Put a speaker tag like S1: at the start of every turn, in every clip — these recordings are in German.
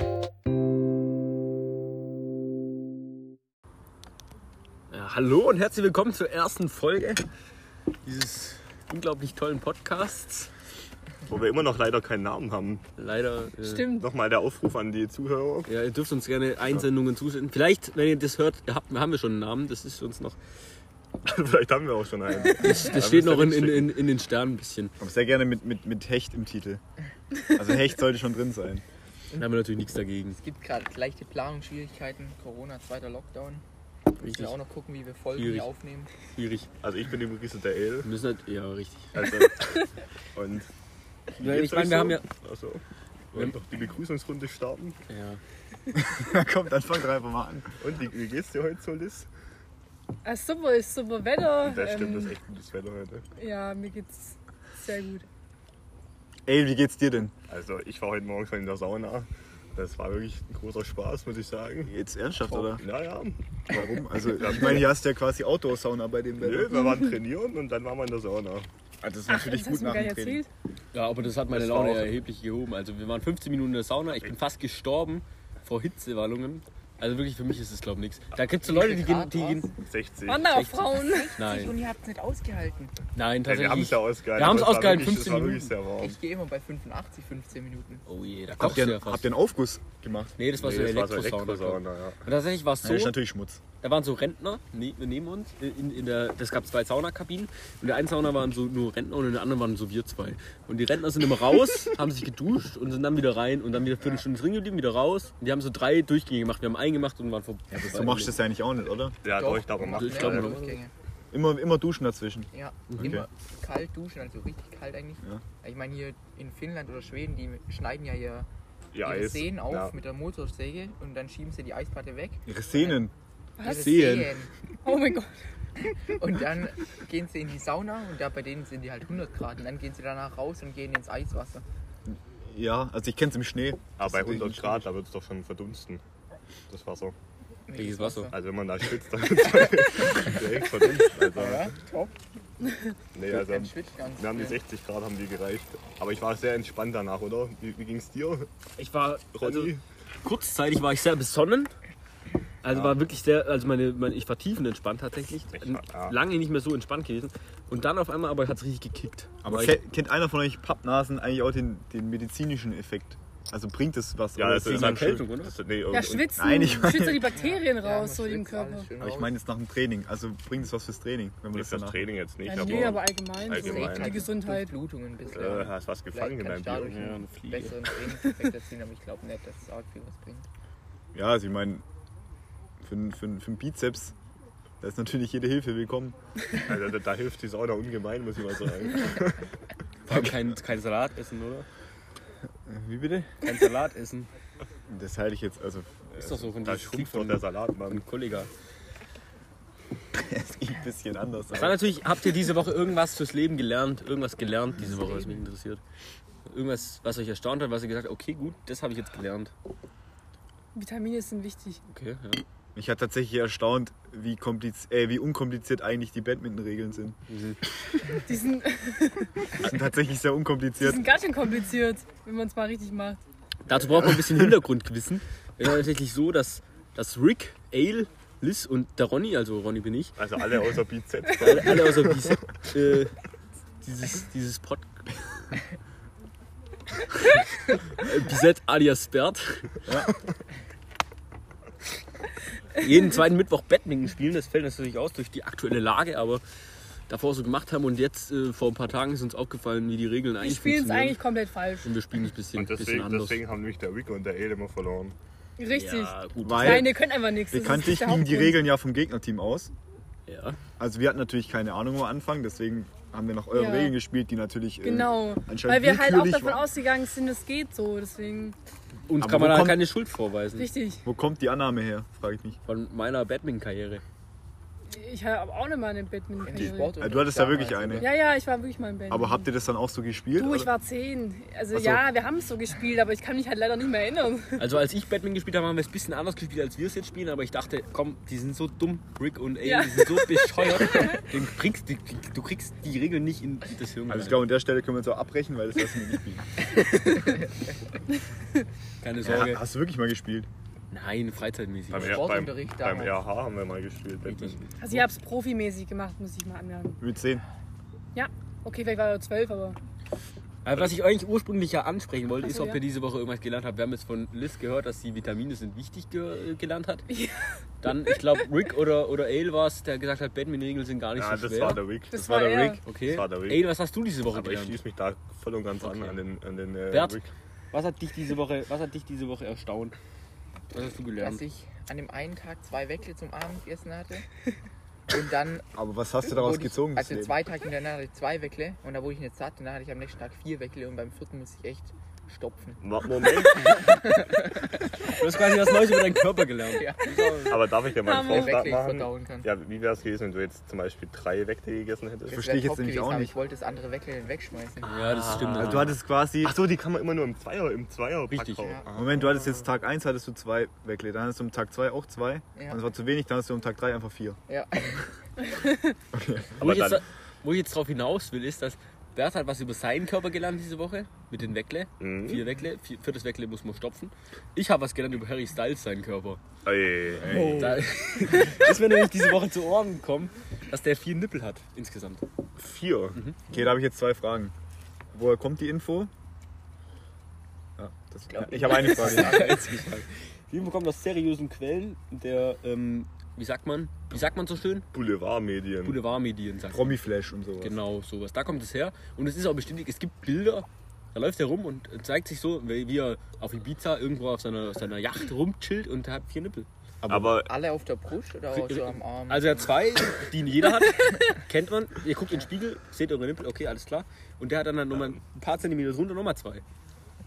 S1: Äh, Hallo und herzlich willkommen zur ersten Folge dieses unglaublich tollen Podcasts.
S2: Wo wir immer noch leider keinen Namen haben.
S1: Leider. äh,
S3: Stimmt.
S2: Nochmal der Aufruf an die Zuhörer.
S1: Ja, ihr dürft uns gerne Einsendungen zusenden. Vielleicht, wenn ihr das hört, ihr habt, haben wir schon einen Namen. Das ist uns noch.
S2: Vielleicht haben wir auch schon einen.
S1: Das, das steht
S2: müsst ihr
S1: noch in, in,
S2: hinschicken.
S1: in, in den Sternen ein bisschen.
S4: Aber sehr gerne mit, mit, mit Hecht im Titel. Also Hecht sollte schon drin sein.
S1: Da haben wir natürlich nichts dagegen.
S3: Es gibt gerade leichte Planungsschwierigkeiten. Corona, zweiter Lockdown. Wir
S1: Richtig
S3: müssen auch noch gucken, wie wir Folgen
S1: Schwierig.
S3: hier aufnehmen.
S1: schwierig.
S2: Also ich bin übrigens der L.
S1: Wir müssen halt, ja, richtig.
S2: Also, und
S1: ich meine, wir haben ja.
S2: Also, wollen doch die Begrüßungsrunde starten.
S1: ja.
S4: Na komm, dann fang doch einfach mal an.
S2: Und wie, wie geht's dir heute so, Liz?
S5: Ah, super, ist super Wetter.
S2: Das stimmt, das
S5: ähm,
S2: ist echt gutes Wetter heute.
S5: Ja, mir geht's sehr gut.
S4: Ey, wie geht's dir denn?
S2: Also ich war heute Morgen schon in der Sauna. Das war wirklich ein großer Spaß, muss ich sagen.
S4: Jetzt ernsthaft, oder?
S2: Naja,
S4: Warum? Also, ich meine, hier hast du ja quasi Outdoor-Sauna bei dem
S2: nö,
S4: Wetter.
S2: wir waren trainieren und dann waren wir in der Sauna.
S4: Ah, das ist
S5: Ach,
S4: natürlich
S5: das
S4: gut
S5: hast du
S4: nach
S5: mir gar
S4: dem
S5: nicht
S4: Training.
S5: erzählt.
S1: Ja, aber das hat meine
S2: Das war
S1: Laune
S2: auch-
S1: ja erheblich gehoben. Also wir waren 15 Minuten in der Sauna, ich bin fast gestorben vor Hitzewallungen. Also wirklich für mich ist es glaube ich nichts. Da gibt es so Leute, die gehen, die gehen.
S2: Um 60.
S5: Waren da auch Frauen?
S3: Und
S1: Nein,
S3: ihr habt es nicht ausgehalten.
S1: nein,
S2: Ja, wir haben
S1: tatsächlich.
S2: es ja ausgehalten.
S1: Wir haben's
S2: Das war
S1: ausgehalten,
S2: wirklich-
S1: 15
S2: Das war wirklich
S1: Minuten.
S2: sehr warm.
S3: Ich gehe immer bei 85, 15 Minuten.
S1: Oh je, da kochst
S4: Habt
S1: du
S4: ihr,
S1: ja
S4: habt
S1: fast.
S4: ihr einen Aufguss gemacht?
S1: Nee, das war so
S2: Nee,
S1: eine
S2: das war so
S1: Elektrosauna. glaub ich.
S2: Elektrosauna, ja.
S1: Und tatsächlich war es
S4: Nein, das ist
S1: so,
S4: natürlich Schmutz.
S1: da waren so Rentner ne- neben uns. In, in der, das gab zwei Saunakabinen. Und in der einen Sauna waren so nur Rentner und in der anderen waren so wir zwei. Und die Rentner sind immer raus, haben sich geduscht und sind dann wieder rein und dann wieder Viertelstunde drin geblieben, wieder raus. Und die haben so drei Durchgänge gemacht. Wir haben einen gemacht und waren vorbei. Ja,
S4: So machst du das ja eigentlich auch nicht, oder?
S2: Ja, doch, ich glaube,
S3: wir
S2: macht
S1: Ich
S3: machen
S1: glaube,
S3: mehrere
S1: man-
S3: Durchgänge.
S4: Immer, immer duschen dazwischen.
S3: Ja, immer kalt duschen, also richtig kalt eigentlich.
S4: Ja.
S3: Ich meine, hier in Finnland oder Schweden, die schneiden ja ihr,
S2: ja,
S3: ihre
S2: Eis.
S3: Seen auf
S2: Ja.
S3: mit der Motorsäge und dann schieben sie die Eisplatte weg.
S4: Ihre Szenen.
S3: Ihre
S1: Seen.
S5: Oh mein Gott.
S3: Und dann gehen sie in die Sauna und da bei denen sind die halt 100 Grad. Und dann gehen sie danach raus und gehen ins Eiswasser.
S4: Ja, also ich kenn's im Schnee. Also,
S2: Aber bei
S4: Das ist
S2: 100 Grad, da wird es doch schon verdunsten. Das Wasser.
S1: Welches Wasser?
S2: Also wenn man da schwitzt, dann ist es direkt verdunst. Also,
S3: Ja, top.
S2: nee, also,
S3: Dann schwitzt ganz
S2: wir haben die
S3: viel.
S2: 60 Grad haben die gereicht. Aber ich war sehr entspannt danach, oder? Wie, wie ging's dir,
S1: Ich war also,
S2: Ronny?
S1: kurzzeitig war ich sehr besonnen. Also war wirklich sehr, also meine, meine ich war tiefenentspannt tatsächlich.
S2: Ja.
S1: Lange nicht mehr so entspannt gewesen. Und dann auf einmal aber hat es richtig gekickt.
S4: Aber
S1: War ich,
S4: ke- kennt einer von euch Pappnasen eigentlich auch den, den medizinischen Effekt? Also bringt es was? oder
S2: das
S4: ist
S2: ist
S4: halt es-
S1: eine also Erkältung, oder?
S2: Das, nee, und,
S5: Ja, schwitzen.
S4: nein, ich
S5: schwitzt ja
S4: meine-
S5: die Bakterien
S3: Ja,
S5: raus, so
S3: man
S5: im
S3: schwitzt alles
S5: Körper.
S3: schön
S4: aber ich
S3: raus.
S4: meine jetzt nach dem Training. Also bringt es was fürs Training, wenn man
S2: Nee,
S4: das
S2: fürs
S4: danach-
S2: Training jetzt nicht,
S5: Ja, nee, aber
S2: aber
S5: allgemein.
S2: allgemein.
S4: halt.
S5: So die Gesundheit.
S3: Blutung ein bisschen.
S2: äh, hast was gefangen in deinem
S3: Vielleicht
S2: Bier.
S3: kann ich dadurch einen
S1: Fliege.
S3: besseren Trainingseffekt erzielen, aber ich glaube nicht, dass es arg viel was bringt.
S4: Ja, also ich meine, für, n- für, n- für einen Bizeps, da ist natürlich jede Hilfe willkommen.
S2: Also, da, da hilft die Sauna ungemein, muss ich mal sagen.
S1: vor allem kein, kein Salat essen, oder?
S4: Wie bitte?
S1: Kein Salat essen.
S4: Das halte ich jetzt, also
S1: Ist doch so von
S2: Da
S1: diesem Ding
S2: schrumpft doch
S1: von,
S2: der Salat, Mann.
S1: von Kollega.
S4: es geht ein bisschen anders. Also,
S1: Dann
S4: Aber
S1: natürlich, habt ihr diese Woche irgendwas fürs Leben gelernt? Irgendwas gelernt diese Woche, was mich interessiert. Irgendwas, was euch erstaunt hat, was ihr gesagt habt, okay, gut, das habe ich jetzt gelernt.
S5: Vitamine sind wichtig.
S1: Okay, ja.
S4: mich hat tatsächlich erstaunt, wie, kompliz äh, wie unkompliziert eigentlich die Badminton-Regeln sind.
S5: Die sind,
S4: Die sind tatsächlich sehr
S5: die
S4: unkompliziert.
S5: sind ganz schön kompliziert, wenn man es mal richtig macht.
S1: Dazu braucht man ein bisschen Hintergrundwissen. Es war tatsächlich so, dass, dass Rick, Ale, Liz und der Ronny, also Ronny bin ich,
S2: Also alle außer Bizeps.
S1: alle, alle außer diese, äh, dieses, dieses Pod. Äh, Bisette alias Bert. Jeden zweiten Mittwoch Badminton spielen, das fällt natürlich aus durch die aktuelle Lage, aber davor so gemacht haben und jetzt äh, vor ein paar Tagen ist uns aufgefallen, wie die Regeln
S5: Die
S1: eigentlich
S5: spielen es
S1: funktionieren.
S5: eigentlich komplett falsch.
S1: und wir spielen es ein bisschen,
S2: Und
S1: bisschen
S2: deswegen,
S1: anders.
S2: deswegen haben nämlich der Rico und der Ed immer verloren.
S5: Richtig.
S1: Ja, gut.
S5: Nein,
S4: Weil
S5: ihr könnt einfach nichts. Das ist
S4: bekanntlich
S5: der
S4: gingen die
S5: Hauptgrund.
S4: Regeln ja vom Gegnerteam aus.
S1: Ja.
S4: Also wir hatten natürlich keine Ahnung am Anfang, deswegen haben wir nach euren
S5: Ja.
S4: Regeln gespielt, die natürlich äh,
S5: Genau.
S4: anscheinend
S5: Weil wir halt auch
S4: willkürlich
S5: davon
S4: waren.
S5: ausgegangen sind, es geht so. Deswegen,
S1: Uns
S4: Aber
S1: kann man
S4: wo
S1: da
S4: kommt-
S1: keine Schuld vorweisen.
S5: richtig.
S4: Wo kommt die Annahme her, frage ich mich.
S1: Von meiner Badminton-Karriere.
S5: Ich habe auch nicht mal eine
S3: Im
S5: Badminton-Karriere.
S3: Sport-
S4: Äh, du hattest ja wirklich eine.
S5: Ja, ja, ich war wirklich mal im Badminton.
S4: Aber habt ihr das dann auch so gespielt?
S5: Du, ich
S4: oder?
S5: war zehn. Also
S4: Ach so.
S5: ja, wir haben es so gespielt, aber ich kann mich halt leider nicht mehr erinnern.
S1: Also als ich Badminton gespielt habe, haben wir es ein bisschen anders gespielt, als wir es jetzt spielen. Aber ich dachte, komm, die sind so dumm, Rick und Ale,
S5: Ja.
S1: die sind so bescheuert. Den kriegst, die, die, du kriegst die Regeln nicht in das Hirn.
S4: Also ich
S1: rein.
S4: glaube, an der Stelle können wir jetzt auch abbrechen, weil das lassen wir nicht spielen.
S1: Keine Sorge.
S4: Ja, hast du wirklich mal gespielt?
S1: Nein, freizeitmäßig.
S2: Beim,
S1: Ja,
S2: R- beim,
S3: Sportunterricht
S2: beim
S3: damals.
S2: RH haben wir mal gespielt. Badminton.
S5: Also ich habe es profimäßig gemacht, muss ich mal anmerken.
S4: Mit 10.
S5: Ja, okay, vielleicht war er zwölf, aber
S1: Aber was ich eigentlich ursprünglich ja ansprechen wollte,
S5: Ach
S1: ist,
S5: so,
S1: ob
S5: ja.
S1: ihr diese Woche irgendwas gelernt habt. Wir haben jetzt von Liz gehört, dass sie Vitamine sind wichtig ge gelernt hat.
S5: Ja.
S1: Dann, ich glaube, Rick oder, oder Ale war es, der gesagt hat, Badminton-Regeln sind gar nicht
S2: Ja,
S1: so
S2: das
S1: schwer.
S2: war der Rick.
S5: das,
S2: Das
S5: war,
S2: war
S5: er.
S2: der Rick.
S1: okay.
S2: Das war der Rick.
S1: Ale, was hast du diese Woche
S2: Aber ich
S1: gelernt?
S2: schließe mich da voll und ganz an,
S1: Okay.
S2: an den, an den äh,
S1: Bert?
S2: Rick.
S1: was, hat dich diese Woche, was hat dich diese Woche erstaunt? Was hast du gelernt?
S3: also, dass ich an dem einen Tag zwei Weckle zum Abendessen hatte. Und dann
S4: Aber was hast du daraus
S3: wurde ich-
S4: gezogen?
S3: Also
S4: Leben?
S3: zwei Tage hintereinander hatte ich zwei Weckle und da wurde ich nicht satt und dann hatte ich am nächsten Tag vier Weckle und beim vierten musste ich echt stopfen.
S2: Mo- Moment,
S1: Du hast quasi was Neues über deinen Körper gelernt.
S3: Ja.
S2: aber darf ich dir mal einen
S5: Haben wir.
S2: Vorschlag
S3: Weckle ich
S2: machen?
S3: verdauen kann.
S2: Ja, wie wäre es gewesen, wenn du jetzt zum Beispiel drei Wekte gegessen hättest?
S3: Das
S4: verstehe
S3: wär
S4: ich jetzt
S3: top
S4: nämlich
S3: gewesen,
S4: auch
S3: aber
S4: nicht.
S3: Ich wollte das andere Weckle dann wegschmeißen.
S1: Ja, das stimmt.
S4: Also du hattest quasi.
S2: Ach so, die kann man immer nur im Zweier, im Zweier
S1: Richtig,
S2: Ja.
S3: ja.
S4: Moment, du hattest jetzt Tag 1 hattest du zwei Weckle, dann hattest du am Tag 2 auch zwei.
S3: Ja.
S4: Und es war zu wenig, dann hattest du am Tag 3 einfach vier.
S3: Ja.
S1: Wo
S2: Aber
S1: ich, jetzt,
S2: dann-
S1: wo ich jetzt drauf hinaus will, ist, dass Bert hat was über seinen Körper gelernt diese Woche mit den Weckle.
S2: Mhm.
S1: Vier Weckle, vier, viertes Weckle muss man stopfen. Ich habe was gelernt über Harry Styles, seinen Körper.
S2: Ey, ey.
S1: Da Oh. ist mir nämlich diese Woche zu Ohren gekommen, dass der vier Nippel hat insgesamt.
S2: Vier.
S4: Okay, da habe ich jetzt zwei Fragen. Woher kommt die Info? Ja, das, ich ich habe eine Frage.
S1: Die bekommen aus seriösen Quellen der, ähm, wie sagt man, wie sagt man so schön?
S2: Boulevardmedien.
S1: Boulevardmedien, sagt man.
S4: Promi-Flash und sowas.
S1: Genau, sowas. Da kommt es her. Und es ist auch bestätigt, es gibt Bilder, da läuft er rum und zeigt sich so, wie wie er auf Ibiza irgendwo auf seiner, auf seiner Yacht rumchillt und er hat vier Nippel.
S2: Aber
S3: Alle auf der Brust oder auch so am Arm?
S1: Also er hat zwei, die ihn jeder hat. Kennt man. Ihr guckt in den Spiegel, seht eure Nippel, okay, alles klar. Und der hat dann, dann nochmal ein paar Zentimeter runter nochmal zwei.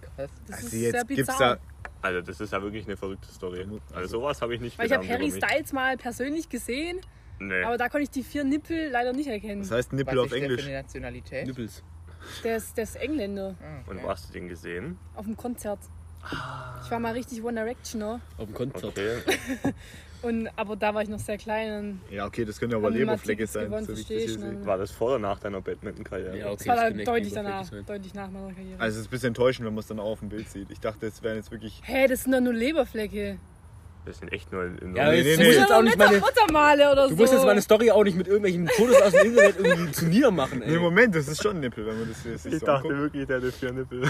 S3: Krass.
S5: das
S4: Also
S5: ist sehr
S4: jetzt gibt's
S5: bizarr.
S4: da.
S2: also das ist ja wirklich eine verrückte Story. Also sowas habe ich nicht
S5: Weil ich habe
S2: gelernt
S5: Harry
S2: über mich.
S5: Styles mal persönlich gesehen,
S2: Nee.
S5: aber da konnte ich die vier Nippel leider nicht erkennen.
S4: Das heißt Nippel
S3: Was
S4: auf
S3: ist der für
S4: Englisch.
S3: eine Nationalität?
S1: Nippels.
S5: Der ist, der ist Engländer
S3: Ah,
S2: Und
S3: okay.
S2: wo hast du den gesehen?
S5: auf dem Konzert.
S4: Ah.
S5: Ich war mal richtig One Directioner.
S1: Auf dem Konzert.
S2: Okay.
S5: Und, aber da war ich noch sehr klein. Und
S4: Ja, okay, das könnte aber
S5: Haben wir mal
S4: Leberflecke
S5: Tickets
S4: sein.
S5: gewonnen,
S4: so wie ich
S5: verstehe
S4: das
S5: ich,
S4: hier
S5: ne?
S4: sehe.
S2: War das vor oder nach deiner Badminton-Karriere?
S1: Ja, okay.
S5: das war
S1: das
S5: dann
S1: kann echt
S5: deutlich
S1: überfällig
S5: danach,
S1: sein.
S5: deutlich nach meiner Karriere.
S4: Also es ist ein bisschen enttäuschend, wenn man es dann auch auf dem Bild sieht. Ich dachte, es wären jetzt wirklich.
S5: Hä, das sind doch nur Leberflecke.
S2: Das sind echt nur... nur
S1: Ja, aber
S4: Nee,
S1: jetzt, du musst
S4: nee, nee.
S5: Das
S1: jetzt
S5: sind doch
S1: auch nicht
S5: nicht meine...
S1: meine,
S5: Muttermale oder so. Also
S1: du musst jetzt meine Story auch nicht mit irgendwelchen Fotos aus dem Internet irgendwie zu niedermachen,
S4: Nee,
S1: ey.
S4: Moment, das ist schon ein Nippel, wenn man das hier sich
S2: ich
S4: so
S2: dachte
S4: anguckt.
S2: wirklich, der hätte vier Nippel.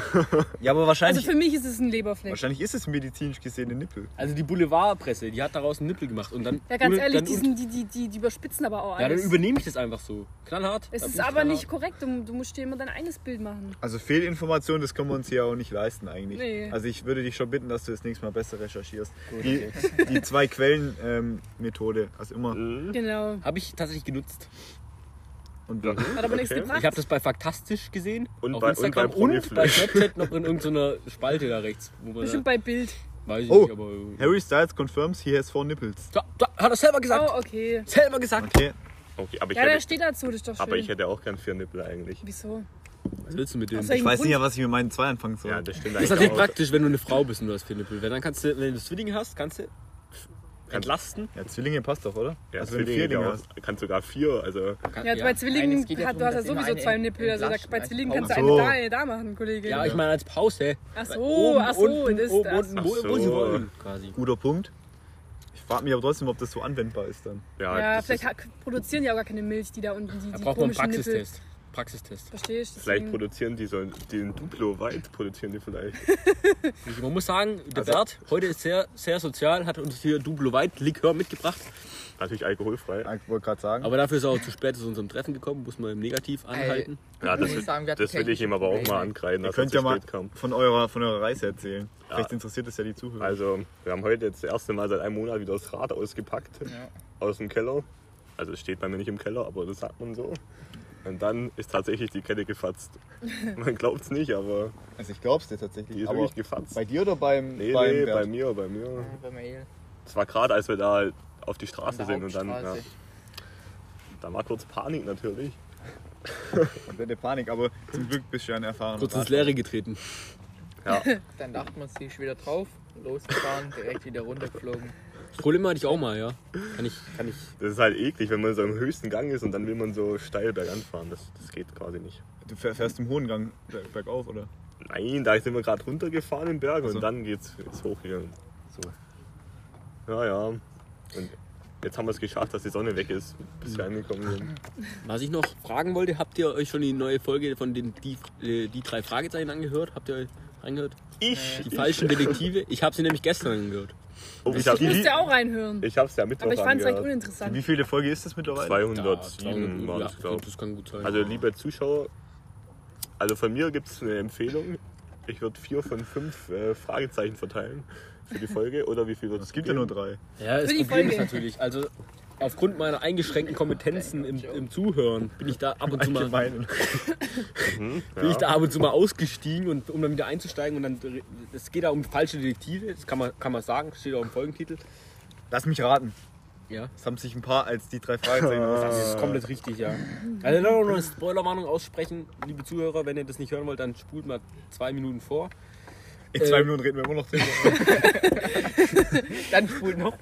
S4: Ja, aber
S5: Also
S4: wahrscheinlich,
S5: für mich ist es ein Leberfleck.
S4: wahrscheinlich ist es medizinisch gesehen ein Nippel.
S1: Also die Boulevardpresse, die hat daraus einen Nippel gemacht und dann.
S5: Ja, ganz
S1: und
S5: ehrlich,
S1: dann,
S5: die, sind, die, die, die, die überspitzen aber auch
S1: Ja, dann
S5: alles.
S1: übernehme ich das einfach so. Knallhart.
S5: es
S1: Da
S5: ist
S1: bin ich
S5: aber
S1: knallhart.
S5: nicht korrekt. Du, du musst dir immer dein eines Bild machen.
S4: Also Fehlinformation, das können wir uns hier auch nicht leisten eigentlich.
S5: Nee.
S4: Also ich würde dich schon bitten, dass du das nächste Mal besser recherchierst. die, die zwei Quellen ähm, Methode, also immer.
S2: Äh,
S5: Genau.
S1: Habe ich tatsächlich genutzt.
S4: Und
S5: Hat aber nichts
S2: Okay.
S5: gebracht.
S1: Ich habe das bei Faktastisch gesehen.
S2: Und
S1: auf
S2: bei- und
S1: Instagram
S2: bei
S1: und bei
S2: Promiflash.
S1: Snapchat noch in irgendeiner Spalte da rechts. Wo man
S5: Bestimmt bei Bild.
S1: Weiß ich
S4: Oh,
S1: nicht, aber.
S4: Harry Styles confirms he has four nipples.
S1: Da, da, hat er selber gesagt.
S5: Oh, okay.
S1: Selber gesagt.
S4: Okay.
S2: Okay, aber ich,
S5: Ja, der
S2: hätte,
S5: steht dazu, das ist doch schön.
S2: aber ich hätte auch gern vier Nippel eigentlich.
S5: Wieso?
S1: Was willst du mit dem?
S5: Aus
S1: Das
S4: Ich
S5: welchem
S4: weiß
S5: Grund?
S4: nicht, was ich mit meinen zwei anfangen soll.
S2: Ja, das
S1: ist
S2: stimmt
S3: halt
S2: eigentlich
S1: natürlich
S2: auch.
S1: praktisch, wenn du eine Frau bist und du hast vier Nippel. Weil dann kannst du, wenn du Zwillinge hast, kannst du entlasten.
S4: Ja, Zwillinge passt doch, oder?
S2: Ja,
S4: also wenn du
S2: Zwillinge,
S4: Vierlinge
S2: ja.
S4: hast.
S2: Kannst sogar vier, also...
S1: Kann,
S5: Ja, bei
S3: Nein,
S5: Zwillingen,
S3: es geht ja
S5: hat, du hast ja
S3: darum, dass
S5: sowieso
S3: immer
S5: zwei
S3: einen
S5: Nippel. Also da,
S3: entlasten,
S5: bei
S3: als
S5: Zwillingen
S3: Pause.
S5: kannst du
S4: Ach
S5: eine
S4: so.
S5: da, eine da machen, Kollege.
S1: Ja, ich meine als Pause.
S5: Ach so,
S1: Oben,
S5: ach so,
S1: unten,
S5: das-
S1: oben,
S5: ach
S1: unten,
S2: so.
S1: wo, wo sie
S2: Ach so.
S1: wollen. Quasi.
S4: Guter Punkt. Ich frage mich aber trotzdem, ob das so anwendbar ist dann.
S2: Ja,
S5: ja,
S2: das
S5: vielleicht
S2: ist,
S5: ha- produzieren die auch gar keine Milch, die da unten, die,
S1: Da
S5: die
S1: braucht man einen
S5: komischen Nippel.
S1: Praxistest. Praxistest.
S5: Verstehst du?
S2: vielleicht
S5: Deswegen-
S2: produzieren die so den Duplo weit, produzieren die vielleicht.
S1: Also Man muss sagen, der Bert heute ist sehr, sehr sozial, hat uns hier Dublo White Likör mitgebracht.
S2: Natürlich alkoholfrei.
S4: Ich wollte gerade sagen.
S1: Aber dafür ist er auch zu spät zu unserem Treffen gekommen, muss man im Negativ anhalten.
S2: Ja, das,
S3: Ich muss sagen, wir
S2: will,
S3: hatten
S2: das will ich ihm aber auch
S3: technische
S2: mal
S3: Probleme.
S2: ankreiden,
S4: Ihr
S2: dass er
S4: könnt
S2: zu
S4: ja mal
S2: spät kam.
S4: von eurer, von eurer Reise erzählen. Vielleicht interessiert es ja die Zuhörer.
S2: Also, wir haben heute jetzt das erste Mal seit einem Monat wieder das Rad ausgepackt. Aus dem Keller. Also, es steht bei mir nicht im Keller, aber das sagt man so. Und dann ist tatsächlich die Kette gefatzt. Man glaubt es nicht, aber
S4: Also ich glaub's dir tatsächlich.
S2: die ist
S4: aber
S2: wirklich gefatzt.
S4: bei dir oder beim,
S2: Nee,
S4: beim
S2: nee,
S4: Bert?
S2: bei mir, bei mir.
S3: Ja, bei Mail.
S2: Es war gerade, als wir da auf die
S3: An
S2: Straße
S3: der
S2: sind und dann, ja,
S3: Hauptstraße.
S2: da war kurz Panik natürlich.
S4: Komplette Panik, aber zum Glück bist du ja ein erfahrener
S1: Kurz ins
S4: Radler.
S1: Leere getreten.
S2: Ja,
S3: Dann dachte man sich wieder drauf, losgefahren, direkt wieder runtergeflogen.
S1: Probleme hatte ich auch mal, ja. Kann ich, kann ich.
S2: das ist halt eklig, wenn man so im höchsten Gang ist und dann will man so steil berganfahren. Das, das geht quasi nicht.
S4: Du fähr- fährst im hohen Gang ber- bergauf, oder?
S2: Nein, da sind wir gerade runtergefahren im Berg
S4: so.
S2: und dann geht's, geht's hoch hier. So. Ja, ja. Und jetzt haben wir es geschafft, dass die Sonne weg ist, bis wir angekommen sind.
S1: Was ich noch fragen wollte, habt ihr euch schon die neue Folge von den die, äh, die drei Fragezeichen angehört? Habt ihr euch angehört?
S2: Ich?
S1: Die falschen Detektive? Ich habe sie nämlich gestern angehört.
S2: Oh, ich,
S5: Ich
S2: hab's,
S5: musste auch reinhören.
S2: ich hab's ja Mittwoch
S5: Aber ich fand es eigentlich
S2: angehört.
S4: Wie
S5: uninteressant.
S4: viele Folge ist das mittlerweile?
S2: 207 war
S1: ja,
S2: das, glaube ich.
S1: Das kann gut sein.
S2: Also liebe Zuschauer, also von mir gibt es eine Empfehlung. Ich würde vier von fünf äh, Fragezeichen verteilen für die Folge. Oder wie viel wird
S4: Es gibt ja nur drei.
S1: Ja, das
S5: Für die
S1: Problem ist
S5: Folge.
S1: natürlich, also aufgrund meiner eingeschränkten Kompetenzen im, im Zuhören bin ich da ab und zu mal
S4: Allgemein.
S1: bin ich da ab und zu mal ausgestiegen und um dann wieder einzusteigen und dann es geht da um falsche Detektive, das kann man kann man sagen, steht auch im Folgentitel.
S4: Lass mich raten.
S1: Ja.
S4: Es haben sich ein paar als die drei Fragezeichen
S1: Das
S4: ausgegeben.
S1: ist komplett richtig, ja. Also ich will auch noch eine Spoilerwarnung aussprechen, liebe Zuhörer, wenn ihr das nicht hören wollt, dann spult mal zwei Minuten vor.
S4: In zwei
S1: Äh.
S4: Minuten reden wir immer noch drüber.
S3: Dann spult noch.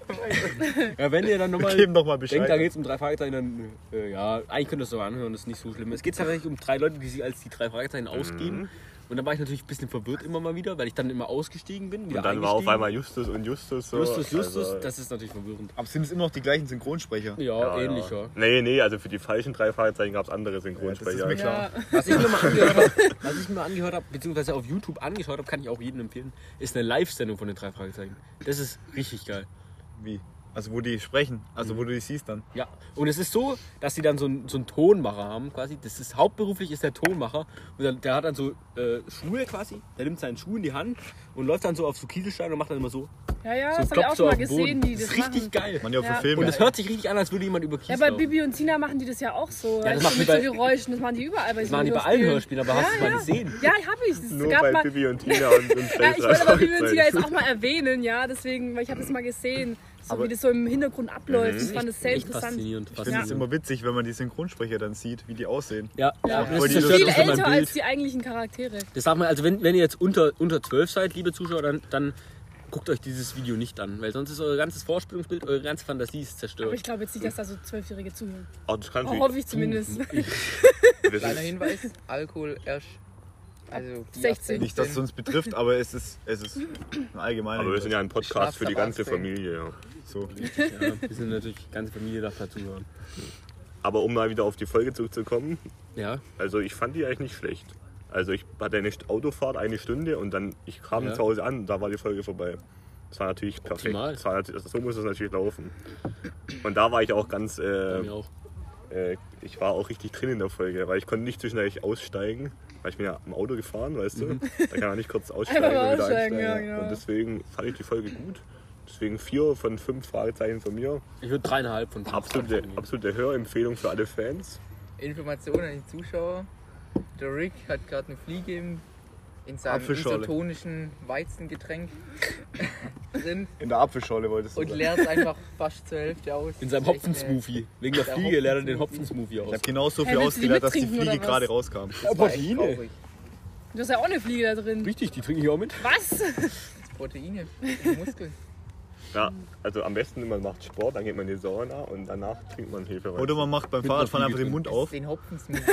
S1: Ja, wenn ihr dann nochmal
S4: Geben doch mal Bescheid.
S1: denkt, da geht es um drei Fragezeichen, dann äh, ja, eigentlich könnt ihr es sogar anhören, das ist nicht so schlimm. Es geht tatsächlich um drei Leute, die sich als die drei Fragezeichen
S2: Mhm.
S1: ausgeben. Und dann war ich natürlich ein bisschen verwirrt immer mal wieder, weil ich dann immer ausgestiegen bin. Wieder
S2: Und dann war auf
S1: eingestiegen.
S2: einmal Justus und Justus. So.
S1: Justus, Justus,
S2: Also,
S1: das ist natürlich verwirrend.
S4: Aber sind es immer noch die gleichen Synchronsprecher?
S1: Ja,
S2: ja,
S1: ähnlich, ja.
S2: ja. Nee, nee, also für die falschen drei Fragezeichen gab es andere Synchronsprecher.
S4: mir
S5: Ja.
S1: Was ich mir mal angehört habe, was ich mir mal angehört habe, beziehungsweise auf YouTube angeschaut habe, kann ich auch jedem empfehlen, ist eine Live-Sendung von den drei Fragezeichen. Das ist richtig geil.
S4: Wie? Also wo die sprechen, also
S2: Mhm.
S4: wo du die siehst dann.
S1: Ja, und es ist so, dass sie dann so einen, so einen Tonmacher haben quasi. Das ist hauptberuflich ist der Tonmacher. Und dann, der hat dann so äh, Schuhe quasi. Der nimmt seinen Schuh in die Hand und läuft dann so auf so Kieselsteine und macht dann immer so.
S5: Ja, ja,
S1: so
S5: das habe ich auch
S1: klopft
S5: schon
S1: so
S5: mal
S1: auf den
S5: gesehen,
S1: Boden.
S5: die
S1: das
S5: das
S1: ist richtig
S5: machen.
S1: geil.
S4: Man ja auch
S5: Ja.
S4: für Filme.
S1: Und es hört sich richtig an, als würde jemand über
S5: Ja,
S1: Kies
S5: bei
S1: laufen.
S5: Bibi und Tina machen die das ja auch so.
S1: Ja, das
S5: weißt du,
S1: machen die
S5: mit so
S1: bei-
S5: Geräuschen, das machen die überall bei
S1: Das machen die bei allen Hörspielen, aber hast du es mal gesehen?
S5: Ja, habe ich. Das
S2: Nur
S5: gab
S2: bei
S5: mal,
S2: Bibi und Tina und, und
S5: ja, ich wollte aber Bibi und Tina
S2: Fragezeichen.
S5: jetzt auch mal erwähnen, ja, deswegen, weil ich habe das mal gesehen, so wie das so im Hintergrund abläuft.
S1: Mhm.
S5: Ich fand das sehr
S1: Echt
S5: interessant.
S1: faszinierend.
S4: Ich finde es
S1: faszinierend.
S4: immer witzig, wenn man die Synchronsprecher dann sieht, wie die aussehen.
S1: Ja, ja.
S4: Voll
S1: das
S4: die
S1: zerstört
S5: Viel
S1: uns immer
S5: älter
S1: im
S5: als
S1: Bild.
S5: die eigentlichen Charaktere.
S1: Das sagt man, also wenn, wenn ihr jetzt unter, unter 12 seid, liebe Zuschauer, dann, dann guckt euch dieses Video nicht an, weil sonst ist euer ganzes Vorstellungsbild, eure ganze Fantasie ist
S5: Aber ich
S1: zerstört.
S5: glaube jetzt nicht, dass da so Zwölfjährige zuhören.
S2: Oh, das kannst
S5: Oh,
S2: du-
S5: hoffe ich
S1: Mhm.
S5: zumindest.
S2: das
S3: Kleiner
S2: ist-
S3: Hinweis: Alkohol erst. Also, die
S5: 16.
S3: ab
S4: Nicht, dass es uns betrifft, aber es ist, es ist ein allgemeiner.
S2: Aber wir sind ja ein
S3: Schlaf's
S2: Podcast für die
S3: ab
S2: ganze
S3: 18.
S2: Familie. Ja.
S4: so.
S1: Ja, wir sind natürlich, die ganze Familie darf dazuhören.
S2: Aber um mal wieder auf die Folge zurückzukommen,
S1: Ja,
S2: Also ich fand die eigentlich nicht schlecht. Also ich hatte eine St- Autofahrt eine Stunde und dann ich kam
S1: Ja.
S2: zu Hause an, da war die Folge vorbei. Das war natürlich perfekt.
S1: Optimal.
S2: Das war nat- also so muss es natürlich laufen. Und da war ich auch ganz, äh,
S1: mir auch.
S2: äh, ich war auch richtig drin in der Folge, weil ich konnte nicht zwischendurch aussteigen, weil ich bin ja im Auto gefahren, weißt du. Da kann man nicht kurz aussteigen und
S5: Einfach
S2: wieder
S5: aussteigen,
S2: einsteigen.
S5: ja, genau.
S2: Und deswegen fand ich die Folge gut. Deswegen vier von fünf Fragezeichen von mir.
S1: Ich würde dreieinhalb von fünf
S2: Absolute,
S1: Sterne geben.
S2: absolute Hörempfehlung für alle Fans.
S3: Informationen an die Zuschauer. Der Rick hat gerade eine Fliege im, in seinem
S4: Apfelschorle.
S3: isotonischen Weizengetränk drin
S4: In der Apfelschorle wolltest du
S3: und
S4: sagen.
S3: leert es einfach fast zur Hälfte aus.
S1: In seinem
S3: Das ist echt,
S1: Hopfensmoothie. Wegen der
S3: der
S1: Fliege lernt er den
S3: Hopfen-Smoothie.
S1: Hopfensmoothie
S4: Ich
S1: aus.
S4: habe genauso
S5: Hä,
S4: viel
S5: willst du die
S4: ausgelernt, dass die
S5: mittrinken,
S4: Fliege
S5: oder
S4: gerade
S5: was?
S4: rauskam.
S3: äh, das war echt traurig.
S5: Du hast ja auch eine Fliege da drin.
S1: Richtig, die trinke ich auch mit.
S5: Was?
S3: Proteine, die Muskeln.
S2: Ja, also am besten, man macht Sport, dann geht man in die Sauna und danach trinkt man Hefeweizen.
S4: Oder man macht beim
S1: Mit einer
S4: Fahrradfahren einfach
S1: Fliege
S4: den Mund
S3: Das ist
S4: auf.
S3: Den Hopfensmoothie.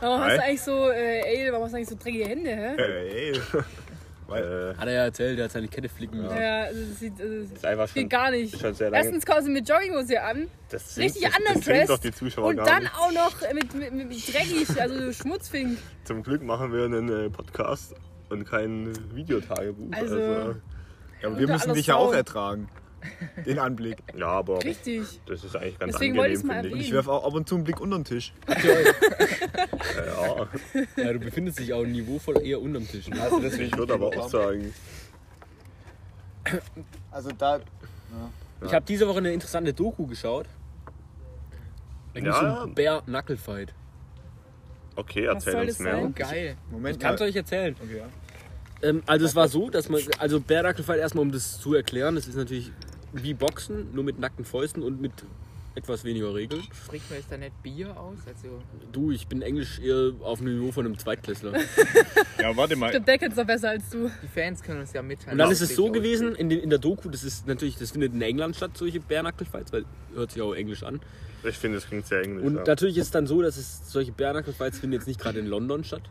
S5: Warum hast
S4: Hi.
S5: du eigentlich so, äh, ey, warum hast du eigentlich so dreckige Hände, hä?
S4: Ey. Weil,
S2: äh,
S1: Hat er ja erzählt, er hat seine Kette flicken müssen.
S5: Ja, also das sieht, also das
S2: ist einfach schon,
S5: geht gar nicht.
S2: schon sehr lange.
S5: Erstens kommen sie mit Jogginghose an,
S2: das sehen-
S5: richtig
S2: das- Das sehen
S5: underdressed
S2: doch die Zuschauer
S5: und
S2: gar
S5: dann
S2: nicht.
S5: auch noch mit, mit, mit dreckig, also Schmutzfink.
S2: Zum Glück machen wir einen äh, Podcast und kein Videotagebuch.
S4: ja,
S5: Also-
S4: aber wir
S5: Unter
S4: müssen
S5: aller
S4: dich ja auch
S5: Sau.
S4: ertragen. Den Anblick.
S2: ja, aber
S5: Richtig.
S2: das ist eigentlich ganz
S5: Deswegen wollte
S2: angenehm,
S5: ich's mal
S2: finde
S4: Ich
S2: ich.
S5: erwähnen.
S4: werfe auch ab und zu einen Blick unter den Tisch.
S2: Ja,
S1: Ja, du befindest dich auch niveauvoll eher unterm Tisch.
S4: Also
S2: ich würde aber auch sagen,
S4: Also da.
S1: Ich habe diese Woche eine interessante Doku geschaut. Da ging es
S2: Ja.
S1: um Bär Knucklefight.
S2: okay,
S5: Was
S2: erzähl
S5: soll
S2: uns
S5: das
S2: mehr.
S5: sein?
S3: Geil.
S4: Moment.
S1: Ich kann es euch erzählen.
S4: Okay, ja.
S1: Ähm, also es war so, dass man, also Bär Knucklefight erstmal, um das zu erklären, das ist natürlich wie Boxen, nur mit nackten Fäusten und mit etwas weniger Regeln.
S3: Spricht man jetzt da nicht Bier aus? Also,
S1: Du, ich bin Englisch eher auf dem Niveau von einem Zweitklässler.
S4: ja, warte
S5: Ich
S4: mal.
S5: glaube, der kennt es doch besser als du.
S3: die Fans können uns ja mitteilen.
S1: Und dann
S3: wie
S1: ist es
S3: sich
S1: so
S3: ausgeht.
S1: gewesen, in, den, in der Doku, das ist natürlich, das findet in England statt, solche Bärnackelfights, weil hört sich auch Englisch an.
S2: Ich finde, das klingt sehr englisch.
S1: Und
S2: ja.
S1: natürlich ist es dann so, dass es solche Bärnackelfights finden jetzt nicht gerade in London statt,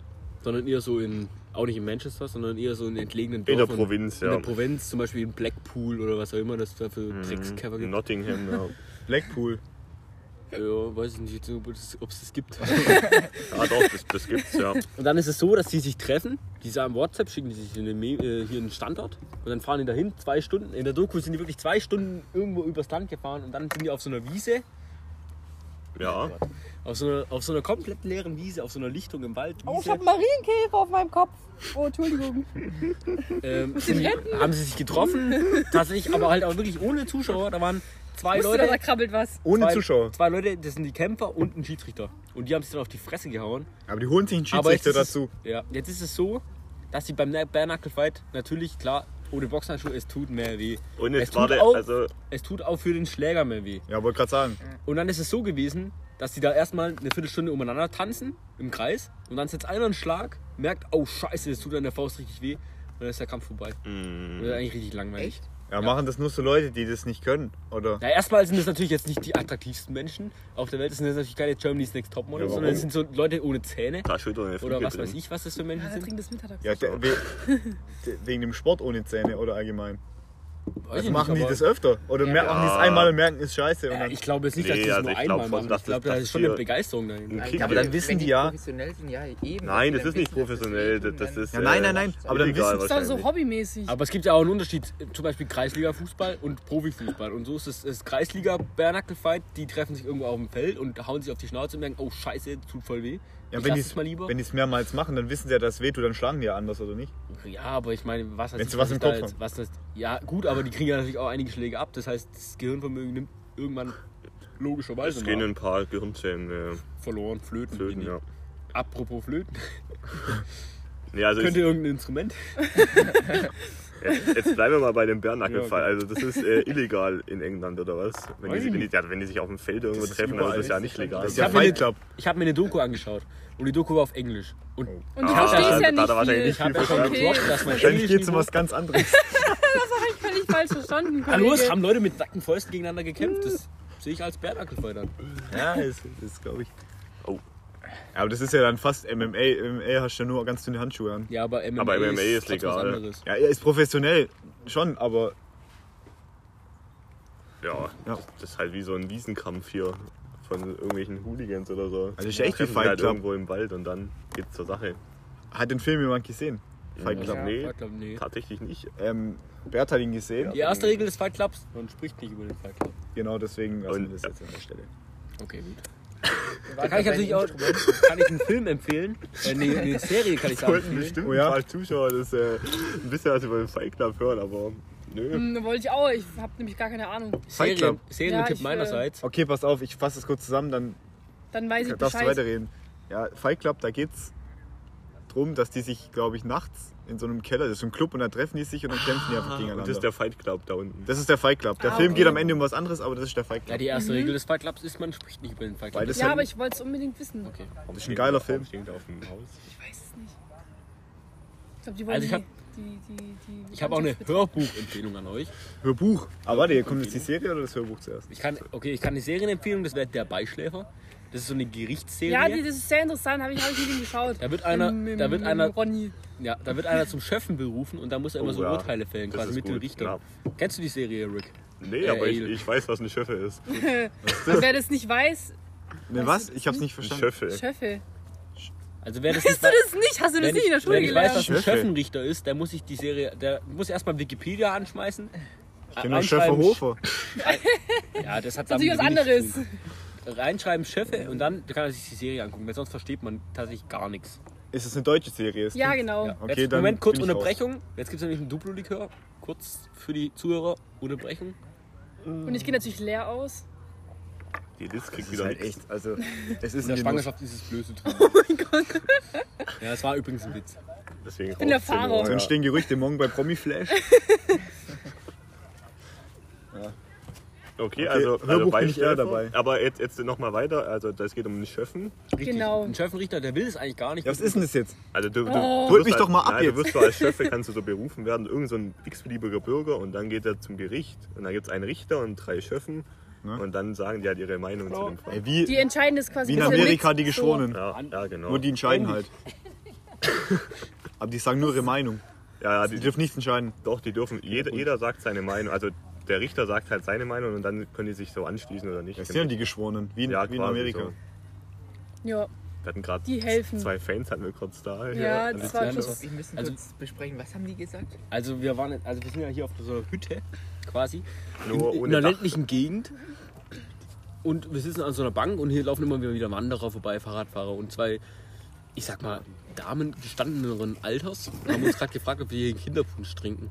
S1: sondern eher so in, auch nicht in Manchester, sondern eher so in entlegenen
S2: In der
S1: Dörfern.
S2: Provinz,
S1: In
S2: ja. Mhm.
S1: der Provinz, zum Beispiel in Blackpool oder was auch immer das da für Dreckscover
S2: In
S1: gibt.
S2: Nottingham, ja.
S4: Blackpool.
S1: Ja, weiß ich nicht, ob es ob es das gibt.
S2: Ah doch, das, das gibt's, ja.
S1: Und dann ist es so, dass die sich treffen, die sagen WhatsApp, schicken die sich eine, Me- äh, hier einen Standort und dann fahren die dahin, zwei Stunden. In der Doku sind die wirklich zwei Stunden irgendwo übers Land gefahren und dann sind die auf so einer Wiese,
S2: Ja.
S1: auf so einer, auf so einer komplett leeren Wiese, auf so einer Lichtung im Wald.
S5: Oh, ich habe Marienkäfer auf meinem Kopf. Oh, Entschuldigung.
S1: ähm, sind die, haben sie sich getroffen, tatsächlich, aber halt auch wirklich ohne Zuschauer. Da waren zwei
S5: Wusste,
S1: Leute.
S5: da krabbelt was.
S4: Ohne
S1: zwei,
S4: Zuschauer.
S1: Zwei Leute, das sind die Kämpfer und ein Schiedsrichter. Und die haben sich dann auf die Fresse gehauen.
S4: Aber die holen sich einen
S1: Aber jetzt
S4: Schiedsrichter
S1: ist
S4: dazu.
S1: Es, ja, jetzt ist es so, dass sie beim Bare Fight natürlich, klar, ohne Boxhandschuhe, es tut mehr weh.
S2: Und
S1: es
S2: jetzt
S1: tut
S2: war der,
S1: auch,
S2: also,
S1: es tut auch für den Schläger mehr weh.
S4: Ja, wollte gerade sagen.
S1: Und dann ist es so gewesen, dass die da erstmal eine Viertelstunde umeinander tanzen im Kreis und dann setzt einer einen Schlag, merkt, oh Scheiße, das tut an der Faust richtig weh und dann ist der Kampf vorbei.
S2: Mhm.
S1: Und das ist eigentlich richtig langweilig.
S3: Echt?
S4: Ja, machen das nur so Leute, die das nicht können, oder?
S1: Na, erstmal sind das natürlich jetzt nicht die attraktivsten Menschen auf der Welt. Das sind jetzt natürlich keine Germany's Next Topmodel,
S4: Ja, warum?
S1: sondern das sind so Leute ohne Zähne
S2: da schüttelt eine Fliege
S1: oder was
S2: drin.
S1: weiß ich, was das für
S5: Ja,
S1: Menschen
S5: der
S1: sind.
S5: trinkt das mittags.
S4: Ja, de, we, de, wegen dem Sport ohne Zähne oder allgemein.
S1: Weiß ich
S4: Also
S1: nicht,
S4: machen die
S1: aber-
S4: das öfter? Oder
S5: Ja.
S4: mer- machen die es
S2: Ja.
S4: einmal und merken, ist scheiße. Und
S1: Ja,
S4: dann,
S1: ich glaube jetzt nicht, dass
S2: Nee,
S1: die das
S2: also
S1: nur
S2: ich glaub
S1: einmal
S2: schon,
S1: machen.
S2: dass
S1: Ich glaube,
S2: das-
S1: da
S2: dass
S1: ist schon eine
S2: hier-
S1: Begeisterung dahinter.
S2: Ein
S3: Nein,
S2: Kick,
S4: aber dann wissen
S3: Also, wenn
S4: die ja-
S3: professionell sind, ja eben.
S2: Nein, das
S3: Dann
S2: ist nicht
S3: wissen, dass
S2: professionell.
S3: eben
S2: Das, das
S3: dann-
S2: ist,
S4: Ja, nein, nein, nein,
S2: äh,
S4: aber dann
S2: illegal
S4: wissen's
S5: Das ist doch so
S2: wahrscheinlich.
S5: hobbymäßig.
S1: Aber es gibt ja auch einen Unterschied, zum Beispiel Kreisliga-Fußball und Profifußball. Und so ist es, es Kreisliga-Bernackel-Fight, die treffen sich irgendwo auf dem Feld und hauen sich auf die Schnauze und merken, oh scheiße, tut voll weh.
S4: ja,
S1: ich
S4: wenn
S1: lass
S4: die
S1: es mal lieber.
S4: es mehrmals machen, dann wissen sie ja, dass es weh tut, dann schlagen die ja anders, oder nicht?
S1: ja, aber ich meine, was heißt
S4: Wenn sie
S1: das,
S4: was im
S1: da
S4: Kopf
S1: jetzt-
S4: haben.
S1: was das, Ja, gut, aber die kriegen ja natürlich auch einige Schläge ab. Das heißt, das Gehirnvermögen nimmt irgendwann
S2: Es
S1: logischerweise
S2: gehen
S1: mal
S2: ein paar Gehirnzellen, äh,
S1: verloren. Flöten.
S2: Flöten,
S1: gehen die.
S2: ja.
S1: Apropos Flöten.
S2: Nee, also
S1: Könnt
S2: ich,
S1: ihr irgendein Instrument?
S2: jetzt, jetzt bleiben wir mal bei dem Bärnackelfall.
S1: Ja,
S2: Also das ist äh, illegal in England oder was? Wenn, die,
S1: Weiß ich
S2: sich- wenn, die,
S1: nicht.
S2: ja, wenn die sich auf dem Feld irgendwo
S4: ist
S2: treffen, dann ist
S4: überall.
S2: das ja nicht legal.
S4: Das ist
S1: Ich
S4: ja
S1: hab mir
S4: Fight
S1: eine-
S4: Club.
S1: Ich habe mir eine Doku angeschaut und die Doku war auf Englisch. Und
S4: Oh.
S5: Und ich
S2: Ah,
S5: verstehe
S2: da-
S5: es
S2: da-
S5: ja nicht.
S2: da wahrscheinlich
S5: viel.
S2: nicht
S1: ich habe ja schon
S5: Okay.
S1: getroffen, dass mein
S4: Wahrscheinlich geht es um
S1: Englisch.
S4: was ganz anderes.
S5: Völlig falsch verstanden.
S1: Hallo,
S5: Kollege.
S1: es haben Leute mit nackten Fäusten gegeneinander gekämpft. Das sehe ich als Bärnackelfeuer dann.
S4: ja, das, das glaube ich.
S2: Oh.
S4: Aber das ist ja dann fast MMA. MMA hast du ja nur ganz dünne Handschuhe an.
S1: Ja, aber MMA,
S2: Aber MMA ist
S1: trotzdem was
S2: legal.
S1: anderes.
S4: Ja, er ist professionell schon, aber
S2: Ja,
S4: Ja.
S2: das ist halt wie so ein Wiesenkampf hier von irgendwelchen Hooligans oder so.
S4: Also ist echt wie
S2: Treffen sich
S4: Fight
S2: halt
S4: Club.
S2: irgendwo im Wald und dann geht's zur Sache.
S4: hat den Film jemand gesehen? Fight
S2: Ja.
S4: Club.
S2: Nee.
S1: Fight Club, nee.
S2: Tatsächlich nicht.
S4: Ähm, Bert hat ihn gesehen.
S1: Die erste Regel des Fight Clubs, man spricht nicht über den Fight Club.
S4: Genau deswegen lassen wir
S2: Und-
S4: das jetzt an der Stelle.
S1: Okay, gut.
S3: Warte,
S1: Da kann Also ich
S3: wenn die
S1: natürlich auch kann ich einen Film empfehlen. Äh, nee, eine Serie kann ich sagen.
S2: Wollten bestimmt
S4: Oh ja?
S2: ein paar Zuschauer das äh, ein bisschen was über den Fight Club hören, aber nö.
S5: Hm, wollte ich auch. Ich habe nämlich gar keine Ahnung.
S1: Serien,
S4: Fight Club.
S1: Serientipp
S5: Ja, ich, äh,
S1: meinerseits.
S4: Okay, pass auf, ich fasse das kurz zusammen, dann
S5: Dann weiß ich
S4: darfst du
S5: Bescheid.
S4: weiterreden. Ja, Fight Club, da geht's drum, dass die sich, glaube ich, nachts in so einem Keller, das ist so ein Club und da treffen die sich und dann kämpfen die einfach gegeneinander.
S2: Ah, Und das ist der Fight Club da unten.
S4: das ist der Fight Club. Der
S5: Ah,
S4: Film
S5: okay.
S4: geht am Ende um was anderes, aber das ist der Fight
S1: Ja,
S4: Club.
S1: die
S5: Mhm.
S1: erste Regel des Fight Clubs ist, man spricht nicht über den Fight Club.
S4: Weil das
S5: Ja,
S4: halt-
S5: aber ich wollte es unbedingt wissen.
S1: okay.
S2: Das
S4: ist ein geiler Film.
S2: Steht auf dem Haus.
S5: Ich weiß es nicht. Ich glaube, die wollen
S1: Also ich hab-
S5: die, die, die, die
S1: Ich habe auch eine Hörbuchempfehlung an euch.
S4: Hörbuch. Aber Ah, warte, hier kommt jetzt die Serie oder das Hörbuch zuerst?
S1: Ich kann, okay, ich kann eine Serienempfehlung, das wäre Der Beischläfer. Das ist so eine Gerichtsserie.
S5: Ja, die, das ist sehr interessant. Habe ich, hab ich mit ihm geschaut.
S1: Da wird einer-
S5: Mit-
S1: da wird
S5: mit
S1: einer-
S5: Ronny.
S1: Ja, da wird einer zum Chefen berufen und da muss er immer
S2: Oh,
S1: so
S2: ja.
S1: Urteile fällen,
S2: Das
S1: quasi
S2: ist
S1: mit den
S2: gut,
S1: Richtern. Kennst du die Serie, Rick?
S2: Nee,
S1: Äh,
S2: aber ich,
S1: Edel.
S2: ich weiß, was ein Schöffe ist.
S5: Und wer das nicht weiß,
S4: Ne, was? Ich hab's nicht
S2: Ein
S4: verstanden.
S2: Schöffe.
S5: Schöffel.
S1: Also wer das nicht
S5: Weißt du
S1: weiß,
S5: das nicht? Hast du das
S1: Äh, wenn
S5: nicht in der
S1: ich,
S5: Schule
S1: wenn ich weiß,
S5: gelernt?
S1: dass ein
S4: Schöffel.
S1: Schöffenrichter ist, der muss sich die Serie, der muss erstmal Wikipedia anschmeißen.
S4: Ich kenne nur Schöffer
S1: Einschreiben-
S4: Genau, Hofer.
S1: Ja, das hat
S5: Das ist
S1: damit
S5: natürlich was
S1: wenig
S5: anderes.
S1: zu tun. Reinschreiben Schöffe und dann kann er sich die Serie angucken, weil sonst versteht man tatsächlich gar nichts.
S4: Ist es eine deutsche Serie? Ist
S5: Ja,
S4: gut.
S5: genau.
S1: Ja.
S4: Okay,
S1: Jetzt,
S4: dann
S1: Moment, kurz
S4: bin ich raus.
S1: Unterbrechung. Jetzt gibt es nämlich einen Duplo-Likör. Kurz für die Zuhörer, Unterbrechung.
S5: Und ich gehe natürlich leer aus.
S2: Die Liz kriegt
S4: Das ist
S2: wieder
S4: halt
S2: nichts.
S4: echt, also es ist
S1: In der
S4: ein Genuss.
S1: Schwangerschaft ist es Blöße drin.
S5: Oh
S1: Ja, es war übrigens ein Witz.
S2: Deswegen
S5: bin der
S2: raucht's immer.
S5: Fahrer.
S4: So entstehen Gerüchte morgen bei Promiflash.
S2: Okay, also,
S4: Hörbuch
S2: also
S4: bin ich
S2: Beischläfer.
S4: eher dabei.
S2: Aber jetzt, jetzt nochmal weiter. Also, das geht um einen Schöffen.
S1: Richtig.
S5: Genau.
S1: Ein Schöffenrichter, der will es eigentlich gar nicht.
S4: Ja, was ist denn das jetzt?
S2: Also, du, du,
S5: Oh.
S2: du wirst
S4: Holt mich
S2: als-
S4: doch mal ab
S2: nein,
S4: jetzt.
S2: Du wirst so als Schöffe kannst du so berufen werden. Irgend so ein x-beliebiger Bürger und dann geht er zum Gericht. Und dann gibt es einen Richter und drei Schöffen.
S4: Ne?
S2: Und dann sagen die halt ihre Meinung zu dem Fall.
S4: Ey, wie,
S5: Die entscheiden das quasi.
S4: wie in
S5: ein bisschen
S4: Amerika
S5: mit.
S4: die Geschworenen.
S2: Ja, ja, genau.
S4: Nur die entscheiden halt. Aber die sagen nur ihre Meinung.
S2: Ja, ja,
S4: Die
S2: die,
S4: dürfen nichts entscheiden.
S2: doch, die dürfen. Jeder, jeder sagt seine Meinung. Also der Richter sagt halt seine Meinung und dann können die sich so anschließen oder nicht.
S4: Das sind ja die Geschworenen, wie in,
S2: Ja,
S4: wie in
S2: quasi
S4: Amerika.
S2: so.
S5: Ja,
S2: Wir hatten gerade
S5: Die helfen.
S2: zwei Fans hatten wir kurz da.
S5: ja,
S2: Also
S5: das
S1: die
S5: war
S1: haben
S5: kurz.
S1: das-
S3: Wir müssen
S1: Also-
S3: kurz besprechen, was haben die gesagt?
S1: Also wir waren, also wir sind ja hier auf so einer Hütte quasi.
S2: Nur
S1: in, in
S2: ohne
S1: einer
S2: Dach.
S1: ländlichen Gegend. Und wir sitzen an so einer Bank und hier laufen immer wieder Wanderer vorbei, Fahrradfahrer und zwei, ich sag mal, Damen gestandeneren Alters haben uns gerade gefragt, ob wir hier einen Kinderpunsch trinken.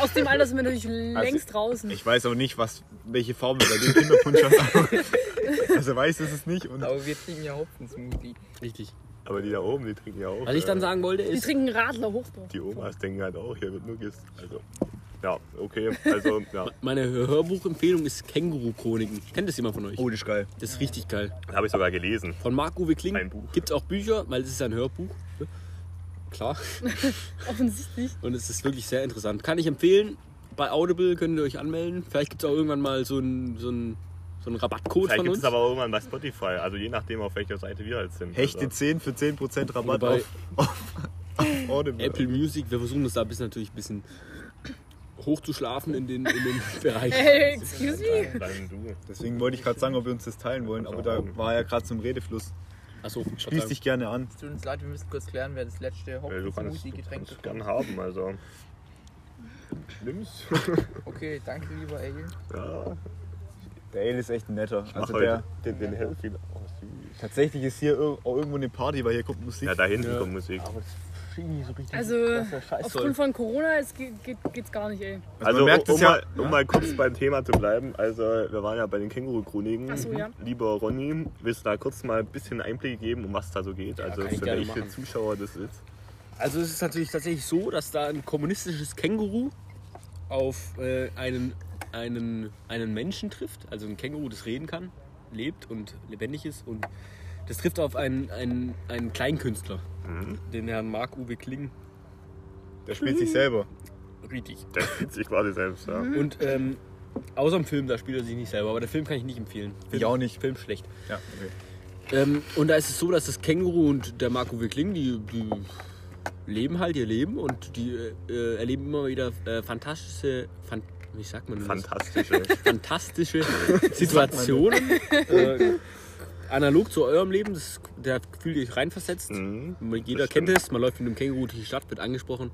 S5: Aus dem Alter sind wir natürlich
S1: Also
S5: längst draußen.
S4: Ich weiß aber nicht, was, welche Farbe bei dem Kinderpunsch hat. Also weiß ist es nicht. Und
S3: Aber wir trinken ja Hopfen-Smoothie.
S1: Richtig.
S2: Aber die da oben, die trinken ja auch.
S1: Was ich dann
S2: äh,
S1: sagen wollte
S5: Die
S1: ist,
S5: trinken Radler Hochbau.
S2: Die Omas denken halt auch, hier wird nur ges. Also. Ja, okay. Also, ja.
S1: meine Hörbuchempfehlung ist Känguru-Chroniken. Kennt das jemand von euch?
S4: oh, das ist geil.
S1: Das ist richtig geil.
S2: Habe ich sogar gelesen.
S1: Von Marc-Uwe
S2: Ein
S1: Kling
S2: Buch.
S1: gibt es auch Bücher, weil es ist ja ein Hörbuch. ne? Klar.
S5: Offensichtlich.
S1: Und es ist wirklich sehr interessant. Kann ich empfehlen. Bei Audible könnt ihr euch anmelden. Vielleicht gibt es auch irgendwann mal so einen so einen- so einen Rabattcode
S2: Vielleicht
S1: von
S2: gibt es
S1: uns.
S2: aber auch irgendwann bei Spotify. Also je nachdem, auf welcher Seite wir halt sind.
S4: Hechte
S2: also,
S4: 10 für 10% Rabatt
S1: Wobei-
S4: auf, auf, auf Audible.
S1: Apple Music, wir versuchen das da bis natürlich ein bisschen hochzuschlafen in den, in den Bereich.
S5: Hey, excuse me.
S2: dann, dann du.
S4: Deswegen wollte ich gerade sagen, ob wir uns das teilen wollen, aber da war ja gerade zum Redefluss.
S1: Achso,
S4: Schließ dich gerne an.
S3: Es tut uns leid, wir müssen kurz klären, wer das letzte
S2: Äh, du kannst, du
S3: Hopfen-Smoothie-Getränk
S2: kannst
S3: bekommt.
S2: gern haben, also. Nimm's.
S3: Okay, danke lieber Egil.
S2: Ja,
S4: Der Ale ist echt ein netter.
S2: mach
S4: Also der,
S2: heute den, den Healthy. Oh, süß.
S4: tatsächlich ist hier ir- auch irgendwo eine Party, weil hier kommt Musik.
S2: Ja, da hinten
S1: Ja.
S2: kommt Musik.
S5: Also, aufgrund von Corona es geht, geht, geht's gar nicht, ey.
S4: Also
S2: Also,
S4: man merkt
S2: um,
S4: es ja-
S2: mal, um mal kurz beim Thema zu bleiben, also wir waren ja bei den Känguru-Chroniken.
S5: Ach so, ja.
S2: Lieber Ronny, willst du da kurz mal ein bisschen Einblick geben, um was da so geht? also
S1: kann ich
S2: für
S1: gerne
S2: welche
S1: machen.
S2: Zuschauer das ist.
S1: Also es ist natürlich tatsächlich so, dass da ein kommunistisches Känguru auf äh, einen, einen, einen Menschen trifft, also ein Känguru, das reden kann, lebt und lebendig ist und das trifft auf einen, einen, einen Kleinkünstler,
S4: Mhm.
S1: den Herrn Marc-Uwe Kling,
S4: Der spielt sich selber.
S1: richtig.
S2: Der spielt sich quasi selbst, ja.
S1: Und ähm, außer im Film, da spielt er sich nicht selber, aber der Film kann ich nicht empfehlen. Film,
S4: Ich auch nicht.
S1: Film schlecht.
S4: Ja, okay.
S1: Ähm, und da ist es so, dass das Känguru und der Marco Wickling, die, die leben halt ihr Leben und die äh, erleben immer wieder äh, fantastische, fan, wie sagt man das?
S2: Fantastische.
S1: fantastische Situationen. äh, analog zu eurem Leben, das, da fühlt ihr euch reinversetzt.
S2: Mhm.
S1: Jeder
S2: das
S1: kennt
S2: stimmt.
S1: es, man läuft mit einem Känguru durch die Stadt, wird angesprochen.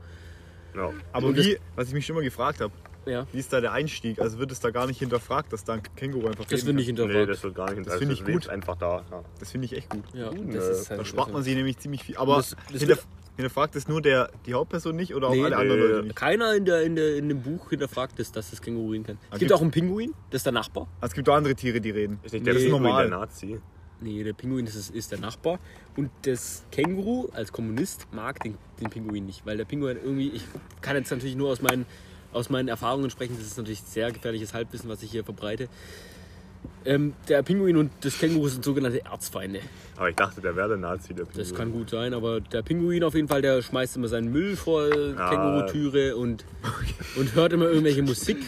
S2: Ja.
S4: Aber
S1: Und
S4: wie, was ich mich schon immer gefragt habe,
S1: Ja,
S4: wie ist da der Einstieg? Also wird es da gar nicht hinterfragt, dass da ein Känguru einfach
S1: das
S4: reden
S1: wird nicht
S4: kann.
S1: hinterfragt.
S2: Nee, das wird gar nicht.
S4: Das finde ich
S2: lebt
S4: gut.
S2: einfach da. Ja.
S4: Das finde ich echt gut.
S1: ja,
S2: Gut,
S1: das
S2: äh,
S1: ist halt
S4: Da spart man sich nämlich ziemlich viel. Aber
S1: Das- das
S4: hinter,
S1: wird-
S4: hinterfragt es nur der, die Hauptperson nicht oder auch
S1: Nee,
S4: alle
S1: nee.
S4: anderen Leute nicht?
S1: Keiner in, der, in, der, in dem Buch hinterfragt es, dass das Känguru reden kann. Es
S4: Ah,
S1: gibt
S4: gibt's-
S1: auch einen Pinguin, das ist der Nachbar.
S4: Ah, Es gibt auch andere Tiere, die reden.
S2: Ist nicht der
S1: Nee.
S2: Pinguin
S4: Normal.
S2: der Nazi?
S1: Nee, der Pinguin ist, es- ist der Nachbar. Und das Känguru als Kommunist mag den, den Pinguin nicht, weil der Pinguin irgendwie, ich kann jetzt natürlich nur aus meinen, aus meinen Erfahrungen sprechen, das ist natürlich sehr gefährliches Halbwissen, was ich hier verbreite. Ähm, der Pinguin und das Känguru sind sogenannte Erzfeinde.
S2: Aber ich dachte, der wäre der Nazi, der Pinguin.
S1: Das kann gut sein, aber der Pinguin auf jeden Fall, der schmeißt immer seinen Müll vor
S2: Ah.
S1: Kängurutüre und, und hört immer irgendwelche Musik.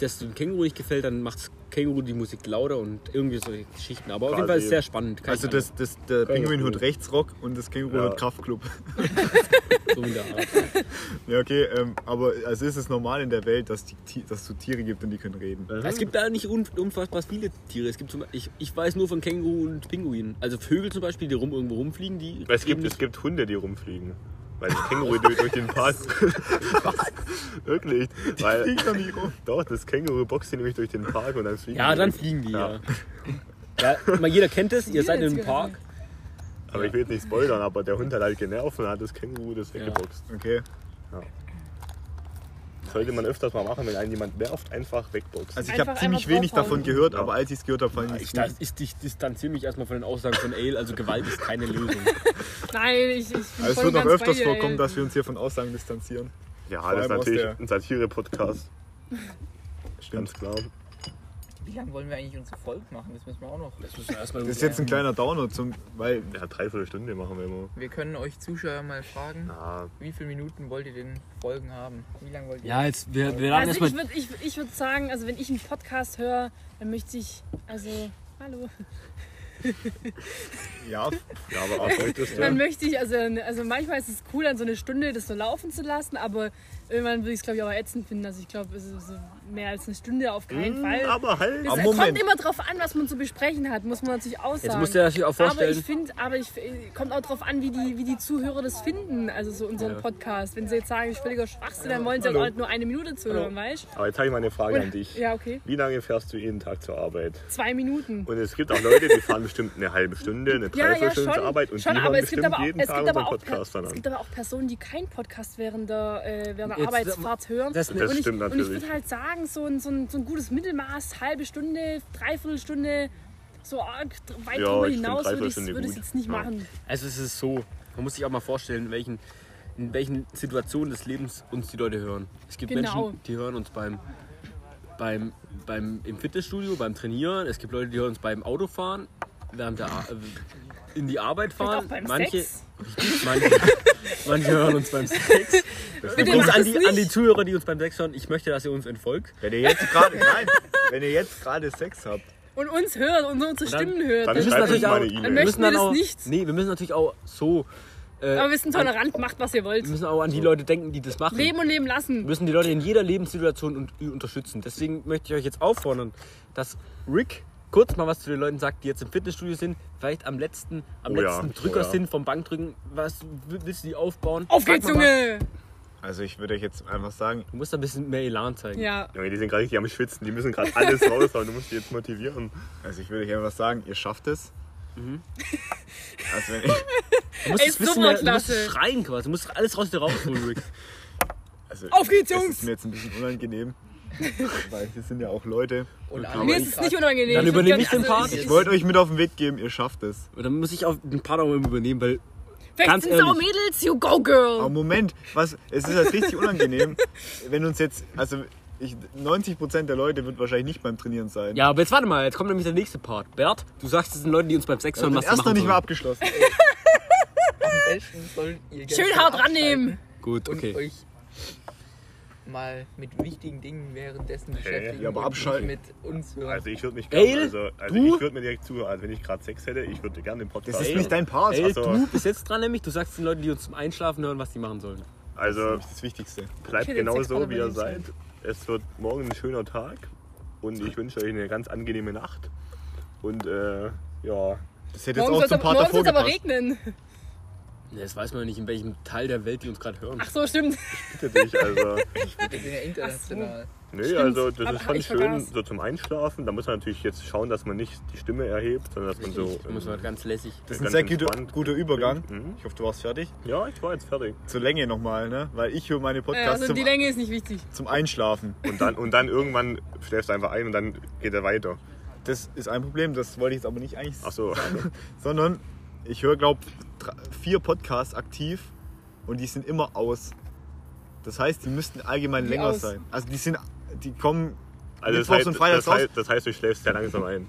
S1: Dass dem Känguru nicht gefällt, dann macht das Känguru die Musik lauter und irgendwie solche Geschichten. Aber auf jeden Fall ist es sehr spannend. Kann ich
S4: Also das, das, der
S2: Kann ich
S4: Pinguin
S2: gut.
S4: hört Rechtsrock und das Känguru
S2: Ja.
S4: hört Kraftclub.
S1: sagen, so in der Art.
S4: Ja, okay, ähm, aber also ist es normal in der Welt, dass, die, Ti- dass es so Tiere gibt und die können reden.
S1: Es gibt da nicht un unfassbar viele Tiere. Es gibt zum, ich, ich weiß nur von Känguru und Pinguinen. Also Vögel zum Beispiel, die rum irgendwo rumfliegen, die.
S2: Es gibt,
S1: reden
S2: es gibt Hunde, die rumfliegen. Weil die Känguru durch durch den Park. Wirklich. Weil,
S4: Fliegt doch nicht rum.
S2: doch, das Känguru boxt die nämlich durch den Park und dann fliegen
S1: ja,
S2: die.
S1: dann fliegen die, ja. ja. mal jeder kennt es, ihr seid in einem Park.
S2: Aber ich will jetzt nicht spoilern, aber der Hund hat halt genervt und hat das Känguru das weggeboxt.
S4: Okay,
S2: Sollte man öfters mal machen, wenn einen jemand nervt, einfach wegboxt.
S4: also ich
S5: Einfach
S4: habe ziemlich
S5: einmal
S4: wenig davon
S5: draufhauen.
S4: gehört,
S2: Ja.
S4: aber als ich es gehört habe, fand ich
S1: Ich,
S4: es
S1: das,
S4: gut.
S1: ich, ich distanziere mich erstmal von den Aussagen von Ale, also Gewalt ist keine Lösung.
S5: Nein, ich, ich bin
S4: Also es
S5: voll
S4: wird noch
S5: und ganz bei
S4: öfters
S5: dir, ey.
S4: vorkommen, dass wir uns hier von Aussagen distanzieren.
S2: ja, das ist
S4: allem aus
S2: natürlich
S4: der-
S2: ein Satire-Podcast, ganz
S4: Stimmt.
S2: klar.
S3: Wie lange wollen wir eigentlich unsere Folge machen? Das müssen wir auch noch.
S1: Erstmal-
S4: Das ist jetzt ein kleiner Downer, zum, weil
S2: Ja, dreiviertel Stunde machen wir immer.
S3: Wir können euch Zuschauer mal fragen,
S2: Ah,
S3: wie viele Minuten wollt ihr denn Folgen haben? Wie lange wollt ihr?
S1: Ja, jetzt, wir, wir laden
S5: Also ich
S1: erstmal.
S5: würde ich, ich würd sagen, also wenn ich einen Podcast höre, dann möchte ich, also, hallo.
S4: Ja,
S2: Ja, aber auch solltest
S5: Dann
S2: du.
S5: möchte ich, also, also manchmal ist es cool, dann so eine Stunde das so laufen zu lassen, aber irgendwann würde ich es, glaube ich, auch ätzend finden. Also ich glaube, es ist so mehr als eine Stunde auf keinen
S1: Mm,
S5: Fall.
S2: Aber halt.
S5: es
S4: Aber
S5: kommt
S4: Moment.
S5: immer drauf an, was man zu besprechen hat, muss man natürlich auch sagen.
S1: Jetzt musst du dir das auch
S5: aber ich
S1: vorstellen.
S5: finde, aber ich f- kommt auch drauf an, wie die, wie die Zuhörer das finden, also so unseren Podcast. Wenn sie jetzt sagen, ich bin völliger Schwachsinn, dann wollen sie ja auch nicht nur eine Minute zuhören, weißt
S2: Aber jetzt habe ich mal eine Frage an dich.
S5: du? Ja, okay.
S2: Wie lange fährst du jeden Tag zur Arbeit?
S5: Zwei Minuten.
S2: Und es gibt auch Leute, die fahren bestimmt eine halbe Stunde, eine
S5: Ja, ja,
S2: Dreiviertelstunde
S5: schon,
S2: zur Arbeit und
S5: schon
S2: die hören
S5: aber, es gibt
S2: bestimmt
S5: aber, auch,
S2: jeden
S5: es,
S2: Tag
S5: gibt aber
S2: unseren
S5: auch,
S2: Podcast dann
S5: es
S2: an.
S5: gibt aber auch Personen, die keinen Podcast während der, äh, während der
S1: Jetzt,
S5: Arbeitsfahrt hören.
S1: das-
S5: und
S2: das
S5: ich,
S2: stimmt
S5: und ich
S2: natürlich.
S5: würde halt sagen, so ein, so, ein, so ein gutes Mittelmaß, halbe Stunde, dreiviertel Stunde, so arg dr- weit
S2: Ja,
S5: drüber
S2: ich find
S5: hinaus würde ich es
S2: Dreiviertelstunde gut.
S5: jetzt nicht
S2: Ja.
S5: machen.
S1: Also es ist so, man muss sich auch mal vorstellen, in welchen, in welchen Situationen des Lebens uns die Leute hören. Es gibt
S5: Genau.
S1: Menschen, die hören uns beim, beim, beim im Fitnessstudio, beim Trainieren. Es gibt Leute, die hören uns beim Autofahren, während der Ar- äh, in die Arbeit fahren.
S5: auch beim
S1: manche,
S5: Sex.
S1: manche, manche hören uns beim Sex.
S5: Bitte
S1: Übrigens
S5: macht
S1: an
S5: es
S1: die, an die Zuhörer, die uns beim Sex hören, ich möchte, dass ihr uns entfolgt.
S4: wenn ihr jetzt gerade, nein, wenn ihr jetzt gerade Sex habt,
S5: Und uns hört und so unsere
S1: Dann-
S5: Stimmen hört.
S2: dann
S5: Das-
S1: müssen natürlich
S2: schreibt uns mal eine
S1: auch-
S5: dann
S2: E-Mail.
S5: möchten wir das
S1: auch,
S5: nicht.
S1: Nee, wir müssen natürlich auch so,
S5: Aber wir sind tolerant, macht was ihr wollt.
S1: wir müssen auch an die Leute denken, die das machen.
S5: Leben und leben lassen.
S1: müssen die Leute in jeder Lebenssituation un unterstützen. Deswegen möchte ich euch jetzt auffordern, dass Rick kurz mal was zu den Leuten sagt, die jetzt im Fitnessstudio sind, vielleicht am letzten, am
S2: Oh ja,
S1: letzten
S2: oh
S1: Drücker
S2: ja.
S1: sind vom Bankdrücken. Was w- willst du die aufbauen?
S5: Auf
S1: Sag
S5: geht's,
S1: mal was.
S5: Junge!
S4: also ich würde euch jetzt einfach sagen,
S1: Du musst ein bisschen mehr Elan zeigen.
S5: Ja.
S2: Junge, die sind gerade richtig am Schwitzen, die müssen gerade alles raushauen, du musst die jetzt motivieren.
S4: also ich würde euch einfach sagen, ihr schafft es.
S5: Mhm.
S4: Also wenn ich,
S1: Du musst
S5: Ey,
S1: es wissen,
S5: super
S1: du musst es
S5: klasse.
S1: schreien quasi. Du musst alles raus dir rausholen, Rick.
S4: also
S5: Auf geht's,
S4: es
S5: Jungs!
S4: ist mir jetzt ein bisschen unangenehm, weil hier sind ja auch Leute.
S3: Und
S5: Mir ist es nicht unangenehm.
S1: Dann
S5: Ich würd
S1: übernehme
S5: gern-
S1: ich den Part.
S5: ich-
S4: Ich wollte euch mit auf den Weg geben, ihr schafft es.
S1: Und dann muss ich auch den Part auch mal übernehmen, weil Ganz
S5: 16 Sau
S1: ehrlich.
S5: Mädels, you go girl.
S4: Aber Moment, was, es ist halt richtig unangenehm, wenn uns jetzt, also ich, 90% der Leute wird wahrscheinlich nicht beim Trainieren sein.
S1: ja, aber jetzt warte mal, jetzt kommt nämlich der nächste Part. Bert, du sagst, es sind Leute, die uns beim Sex hören,
S4: Und
S1: was sie
S4: erst noch
S1: machen
S4: nicht mal
S1: sollen.
S4: abgeschlossen.
S3: am besten sollt ihr jetzt
S5: Schön
S3: schon
S5: hart
S3: abschalten
S5: rannehmen.
S1: Gut,
S3: Und
S1: okay.
S3: euch mal mit wichtigen Dingen währenddessen beschäftigen.
S4: Ja, aber
S3: und nicht
S4: abschalten.
S3: Mit uns hören.
S2: Also ich würde mich
S1: Gail,
S2: gerne, also, also
S1: du?
S2: ich würde mir direkt zuhören, also wenn ich gerade Sex hätte, ich würde gerne den Podcast
S4: Das ist
S2: hören.
S4: nicht dein Part.
S1: Ey,
S2: Also-
S1: du bist jetzt dran nämlich, du sagst den Leuten, die uns zum Einschlafen hören, was die machen sollen.
S2: Also
S4: Das ist das Wichtigste.
S2: bleibt
S5: Okay, den
S2: genau
S5: Sex
S2: so, wie ihr
S5: wollen wir
S2: seid.
S5: nicht
S2: Es wird morgen ein schöner Tag und ich wünsche euch eine ganz angenehme Nacht. Und äh, ja,
S4: Das hätte jetzt auch
S5: Morgen soll es
S4: zum Part davor
S5: aber, morgen soll's aber
S4: gepasst.
S5: regnen.
S1: Ne, Das weiß man ja nicht, in welchem Teil der Welt die uns gerade hören.
S5: Ach so, stimmt.
S2: bitte dich, also.
S3: Wir sind ja international.
S2: Nö,
S5: Stimmt,
S2: also das
S5: aber
S2: ist
S5: hab
S2: schon
S5: ich
S2: schön
S5: vergaß.
S2: so zum Einschlafen. Da muss man natürlich jetzt schauen, dass man nicht die Stimme erhebt, sondern dass man so.
S1: Da muss man halt ganz lässig.
S4: Das ist
S2: Ganz
S4: ein sehr guter,
S2: entspannt.
S4: guter Übergang.
S2: Mhm.
S4: Ich hoffe, du warst fertig.
S2: Ja, ich war jetzt fertig.
S4: Zur Länge nochmal, ne? Weil ich höre meine
S5: Äh,
S4: Podcasts
S5: Also die
S4: zum,
S5: Länge ist nicht wichtig.
S4: zum Einschlafen.
S2: Und dann, und dann irgendwann schläfst du einfach ein und dann geht er weiter.
S4: Das ist ein Problem, das wollte ich jetzt aber nicht eigentlich
S2: Ach so.
S4: sondern ich höre, glaube vier Podcasts aktiv und die sind immer aus. Das heißt, die müssten allgemein
S5: Wie
S4: länger
S5: aus?
S4: sein. Also die sind, die kommen
S2: Also das
S4: Mittwochs
S2: heißt,
S4: und Freitags
S2: das, heißt, das heißt, du schläfst sehr langsam ein.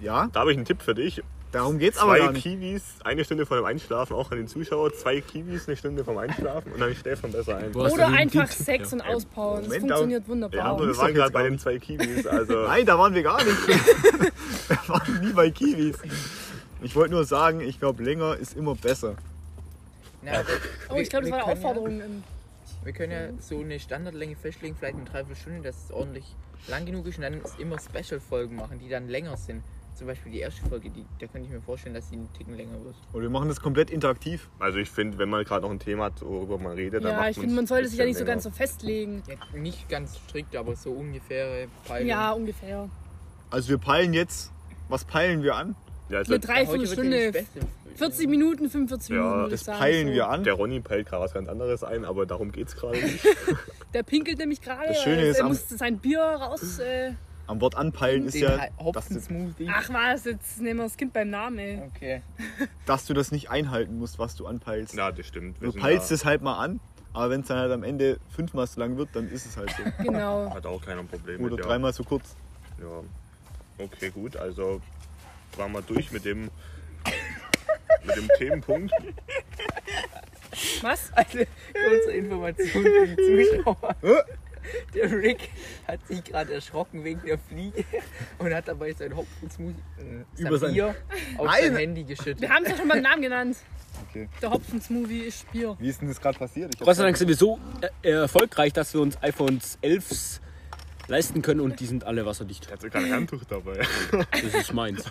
S4: Ja,
S2: Da habe ich einen Tipp für dich.
S4: darum geht's aber
S2: Zwei
S4: gar nicht.
S2: Kiwis, eine Stunde vor dem Einschlafen, auch an den Zuschauer. Zwei Kiwis, eine Stunde vorm Einschlafen und dann schläft man besser ein.
S1: Boah, Was
S5: Oder
S1: denn?
S5: einfach Sex und auspowern. Das
S4: Moment,
S5: funktioniert
S4: aber-
S5: wunderbar.
S2: Ja, aber wir
S4: muss doch
S2: waren
S4: jetzt
S2: gerade bei
S4: gar
S2: den
S4: nicht.
S2: zwei Kiwis. Also,
S4: Nein, da waren wir gar nicht. wir waren nie bei Kiwis. Ich wollte nur sagen, ich glaube, länger ist immer besser.
S3: Na, aber
S5: oh, ich glaube, das
S3: wir- wir können
S5: war eine
S3: ja-
S5: Aufforderung. ähm,
S3: Wir können ja so eine Standardlänge festlegen, vielleicht eine Dreiviertelstunde, dass es ordentlich lang genug ist und dann immer Special-Folgen machen, die dann länger sind. Zum Beispiel die erste Folge, die, da könnte ich mir vorstellen, dass die einen Ticken länger wird.
S4: Und wir machen das komplett interaktiv.
S2: also ich finde, wenn man gerade noch ein Thema hat, worüber man redet, dann
S5: Ja,
S2: macht
S5: ich finde,
S2: man's
S5: man sollte sich ja
S2: ein
S5: nicht so
S2: bisschen
S5: ganz so festlegen.
S3: Ja, nicht ganz strikt, aber so ungefähre Peilung.
S4: genau.
S5: Ja, ungefähr.
S4: Also wir peilen jetzt, was peilen wir an?
S2: länger. Ja, also,
S5: Eine Dreiviertelstunde. 40 Minuten, 45
S2: Ja,
S5: Minuten würde ich
S4: Das
S5: sagen.
S4: peilen
S5: so.
S4: wir an.
S2: Der Ronny peilt gerade was ganz anderes ein, aber darum geht's gerade nicht.
S5: Der pinkelt nämlich gerade.
S4: Das Schöne
S5: weil
S4: ist
S5: er
S4: am-
S5: muss sein Bier raus. Äh,
S4: Am Wort anpeilen ist
S3: Den
S4: ja, dass du,
S3: Hopfen-Smoothie.
S5: ach was, jetzt nehmen wir das Kind beim Namen. Ey.
S3: Okay.
S4: dass du das nicht einhalten musst, was du anpeilst.
S2: Na, das stimmt.
S4: Du peilst es halt mal an, aber wenn es dann halt am Ende fünfmal so lang wird, dann ist es halt so.
S5: Genau.
S2: Hat auch keiner ein Problem
S4: Oder
S2: mit, ja.
S4: dreimal so kurz.
S2: ja. Okay, gut, also waren wir durch mit dem, mit dem Themenpunkt.
S5: Was?
S3: Also, kurze Information für die Zuschauer. Der Rick hat sich gerade erschrocken wegen der Fliege und hat dabei sein Hopfen-Smoothie
S1: Äh, Über
S3: sein
S1: sein-
S3: Bier auf
S4: Nein.
S3: sein Handy geschüttet.
S5: Wir haben es ja schon beim Namen genannt.
S4: Okay.
S5: Der Hopfen-Smoothie ist Bier.
S4: Wie ist denn das gerade passiert? Ich
S1: Gott sei Dank sind wir so äh, erfolgreich, dass wir uns iPhones 11 leisten können und die sind alle wasserdicht.
S2: hat sogar ein Handtuch dabei.
S1: Das ist meins.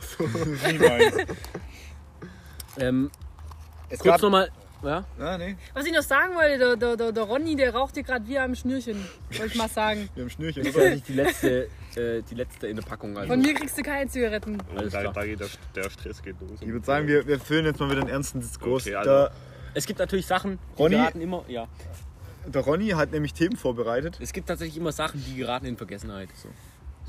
S4: niemals.
S1: Ähm,
S4: Es
S1: kurz
S4: gab,
S1: nochmal. Ja?
S4: ah, nee,
S5: Was ich noch sagen wollte, der, der, der, der Ronny, der raucht hier gerade wie am Schnürchen. Wollte ich mal sagen.
S4: wir haben Schnürchen.
S1: Das ist eigentlich die letzte, äh, die letzte in der Packung. Also.
S5: Von mir kriegst du keine Zigaretten.
S1: Alles
S2: da,
S1: klar.
S2: da geht der, der Stress geht los.
S4: Ich würde sagen, wir, wir führen jetzt mal wieder einen ernsten Diskurs.
S2: Okay,
S4: der,
S2: also-
S1: Es gibt natürlich Sachen, die
S4: Ronny?
S1: geraten immer. Ja.
S4: der Ronny hat nämlich Themen vorbereitet.
S1: Es gibt tatsächlich immer Sachen, die geraten in Vergessenheit. So.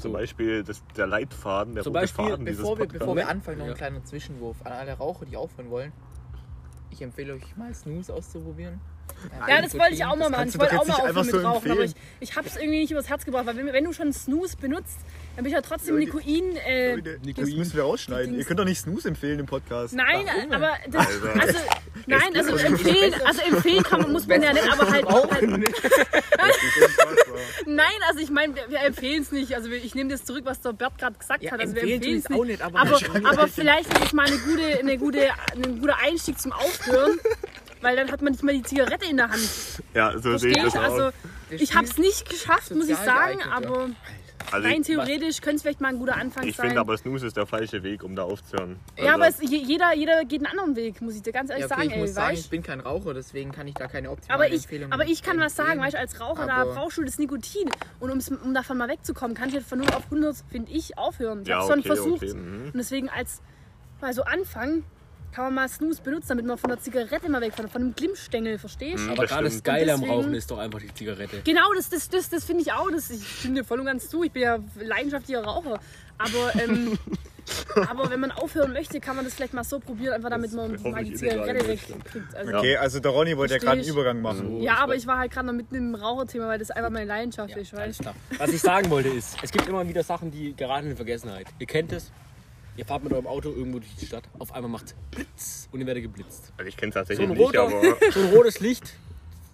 S2: Zum Beispiel das, der Leitfaden, der
S1: Zum
S2: rote
S1: Beispiel,
S2: Faden dieses
S3: Bevor wir,
S2: Podcasts.
S3: bevor wir
S1: Moment.
S3: anfangen, noch ein
S1: Ja.
S3: kleiner Zwischenwurf an alle Raucher, die aufhören wollen. Ich empfehle euch mal Snooze auszuprobieren.
S5: Ja, das wollte ich auch mal machen.
S4: kannst
S5: Ich
S4: du doch
S5: wollte
S4: jetzt
S5: auch mal
S4: nicht
S5: aufhören
S4: einfach
S5: mit
S4: so
S5: Rauchen, aber ich,
S4: empfehlen.
S5: ich hab's irgendwie nicht übers Herz gebracht, weil wenn, wenn du schon Snooze benutzt, dann bin ich ja trotzdem Nikoin. Äh,
S4: Leute,
S1: Nico,
S4: Das müssen wir rausschneiden. Ihr
S5: Dings.
S4: könnt doch nicht Snooze empfehlen im Podcast.
S5: nein,
S3: Warum?
S5: aber das, also nein, also empfehlen, also empfehlen kann man, muss man ja nicht, aber halt, halt nein, also ich meine, wir, wir empfehlen es nicht. Also wir- ich nehme das zurück, was der Bert gerade gesagt
S3: Ja,
S5: hat. Also wir
S3: empfehlen
S5: empfehlen es
S3: tu's auch
S5: nicht.
S3: nicht, aber-
S5: aber, aber vielleicht ist es mal eine gute, eine gute, ein guter Einstieg zum Aufhören, weil dann hat man nicht mal die Zigarette in der Hand.
S2: Ja, so sehe ich
S5: Verstehst
S2: das
S5: du?
S2: auch.
S5: Also ich hab's nicht geschafft, muss ich
S3: Sozial
S5: sagen,
S3: geeignet, ja.
S5: aber
S2: Also
S5: rein
S2: ich,
S5: theoretisch könnte es vielleicht mal ein guter Anfang
S2: ich
S5: sein.
S2: finde aber Snooze ist der falsche Weg, um da aufzuhören.
S5: ja, aber es,
S2: Also,
S5: je- jeder, jeder geht einen anderen Weg, muss ich dir ganz
S3: Ja,
S5: ehrlich
S3: okay, ich
S5: sagen,
S3: muss
S5: ey,
S3: sagen,
S5: weißt
S3: ich bin kein Raucher, deswegen kann ich da keine optimale
S5: aber ich,
S3: Empfehlung
S5: aber ich kann was sagen,
S3: empfehlen.
S5: weißt du, als Raucher,
S3: Aber-
S5: da brauchst du das Nikotin. Und um's, um davon mal wegzukommen, kann ich halt von 0 auf 100, finde ich, aufhören. Ich
S2: Ja,
S5: hab's schon
S2: okay,
S5: versucht.
S2: okay, mhm.
S5: Und deswegen als mal so Anfang kann man mal Snooze benutzen, damit man von der Zigarette mal weg, von, von dem Glimmstängel, verstehst du?
S1: Aber gerade das
S2: Mhm. stimmt.
S1: Geile am
S5: Und deswegen-
S1: Rauchen ist doch einfach die Zigarette.
S5: Genau, das, das, das, das finde ich auch. Das, ich stimme dir voll und ganz zu. Ich bin ja leidenschaftlicher Raucher. Aber, ähm, aber wenn man aufhören möchte, kann man das vielleicht mal so probieren, einfach damit man mal die
S2: hoffentlich illegal
S5: Zigarette
S2: in
S5: wegkriegt. Also, ja.
S4: Okay, also der Ronny wollte ja
S5: Versteh
S4: gerade einen
S5: ich.
S4: Übergang machen.
S5: aber ich war halt gerade noch mitten im Raucherthema, weil das einfach meine Leidenschaft ist, weißt du?
S1: Was ich sagen wollte ist, es gibt immer wieder Sachen, die geraten in Vergessenheit. Ihr kennt es. Ihr fahrt mit eurem Auto irgendwo durch die Stadt. Auf einmal macht Blitz und ihr werdet geblitzt.
S2: Also ich kenne es
S1: So
S2: tatsächlich
S1: ein,
S2: nicht,
S1: roter,
S2: aber
S1: so ein rotes Licht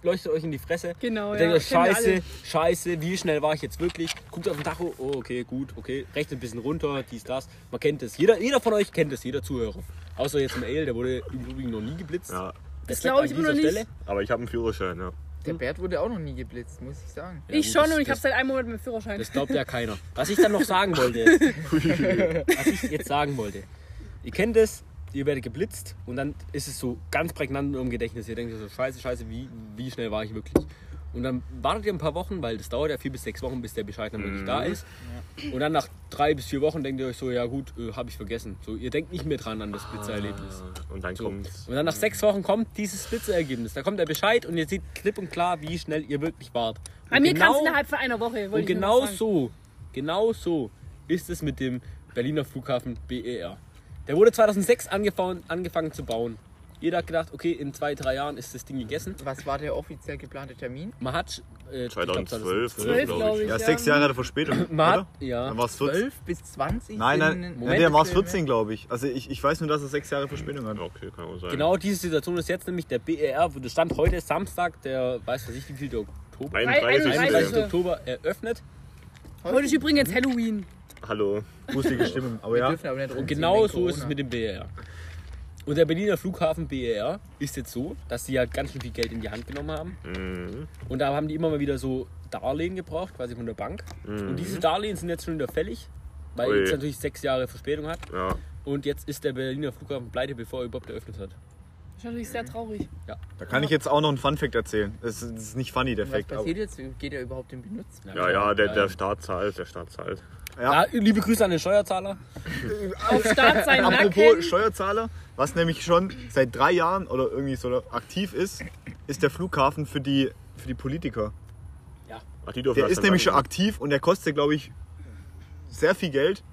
S1: leuchtet euch in die Fresse.
S5: Genau,
S1: Ihr
S5: ja,
S1: denkt euch,
S5: kennen wir
S1: scheiße,
S5: alle.
S1: scheiße, wie schnell war ich jetzt wirklich? Guckt auf den Tacho, oh okay, gut, okay. Rechnet ein bisschen runter, dies, das. Man kennt es. Jeder, jeder von euch kennt es, jeder Zuhörer. Außer jetzt im Ale, der wurde im Übrigen noch nie geblitzt.
S2: ja.
S5: Das
S1: Respekt
S5: glaub
S1: an
S5: ich immer
S1: dieser
S5: noch nicht.
S1: Stelle.
S2: Aber ich habe einen Führerschein, ja.
S3: Der Bert wurde auch noch nie geblitzt, muss ich sagen.
S1: Ja,
S5: ich
S1: gut,
S5: schon
S1: das-
S5: und ich habe
S1: das-
S5: seit einem Monat meinen Führerschein.
S1: Das glaubt ja keiner. Was ich dann noch sagen wollte, jetzt, was ich jetzt sagen wollte, ihr kennt es, ihr werdet geblitzt und dann ist es so ganz prägnant in eurem Gedächtnis. Ihr denkt so, scheiße, scheiße, wie, wie schnell war ich wirklich? Und dann wartet ihr ein paar Wochen, weil das dauert ja vier bis sechs Wochen, bis der Bescheid dann wirklich da ist. Und dann nach drei bis vier Wochen denkt ihr euch so, ja gut, äh, habe ich vergessen. So, ihr denkt nicht mehr dran an das Blitzererlebnis.
S2: Und dann
S1: So.
S2: kommt
S1: Und dann nach sechs Wochen kommt dieses Blitzerergebnis. Da kommt der Bescheid und ihr seht klipp und klar, wie schnell ihr wirklich wart.
S5: Bei
S1: Und
S5: mir
S1: genau-
S5: kam es innerhalb von einer Woche. wollte
S1: und
S5: ich nur
S1: genau
S5: sagen.
S1: so, genau so ist es mit dem Berliner Flughafen BER. Der wurde 2006 angefangen, angefangen zu bauen. Jeder hat gedacht, okay, in zwei, drei Jahren ist das Ding gegessen.
S3: Was war der offiziell geplante Termin?
S1: Man hat. Äh, ich glaub,
S2: 2012,
S5: Zwölf, glaub ich.
S4: Ja,
S5: Ja,
S4: sechs
S5: ähm,
S4: Jahre der Verspätung.
S1: Man hat,
S4: Oder?
S1: ja.
S4: Dann war es 14.
S3: 12 bis 20?
S4: Nein, nein,
S3: sind-
S4: nein, der war es 14, glaube ich. Also ich, ich weiß nur, dass er sechs Jahre Verspätung hat.
S2: Okay, kann auch sein.
S1: Genau diese Situation ist jetzt nämlich der BER, wo der Stand heute ist Samstag, der weiß was ich, wie viel der Oktober.
S2: 31.
S1: 31.
S5: 31.
S1: Oktober eröffnet.
S5: Heute ist übrigens jetzt Halloween.
S2: Hallo.
S4: Gruselige Stimmen. Aber
S3: Wir
S4: ja,
S3: dürfen aber nicht
S1: Und
S3: rumziehen
S1: genau
S3: wegen
S1: so ist es
S3: Corona.
S1: mit dem BER. Und der Berliner Flughafen BER ist jetzt so, dass die halt ganz schön viel Geld in die Hand genommen haben. Und da haben die immer mal wieder so Darlehen gebraucht, quasi von der Bank. Und diese Darlehen sind jetzt schon wieder fällig, weil
S2: Ui.
S1: jetzt natürlich sechs Jahre Verspätung hat.
S2: Ja.
S1: Und jetzt ist der Berliner Flughafen pleite, bevor er überhaupt eröffnet hat.
S5: Das ist natürlich sehr traurig.
S4: da kann ich jetzt auch noch einen Funfact erzählen. Das ist, das ist nicht funny, der
S3: Was
S4: Fact. Aber,
S3: passiert jetzt? Geht er überhaupt in Benutz?
S2: Ja, ja, der, der Staat zahlt, der Staat zahlt.
S1: ja, liebe Grüße an den Steuerzahler.
S5: Auf Start sein Nacken.
S4: apropos Steuerzahler, was nämlich schon seit drei Jahren oder irgendwie so aktiv ist, ist der Flughafen für die, für die Politiker.
S2: Ach, die dürfen
S4: Der
S2: das
S4: ist
S2: dann
S4: nämlich schon
S2: sagen.
S4: aktiv und der kostet, glaube ich, sehr viel Geld.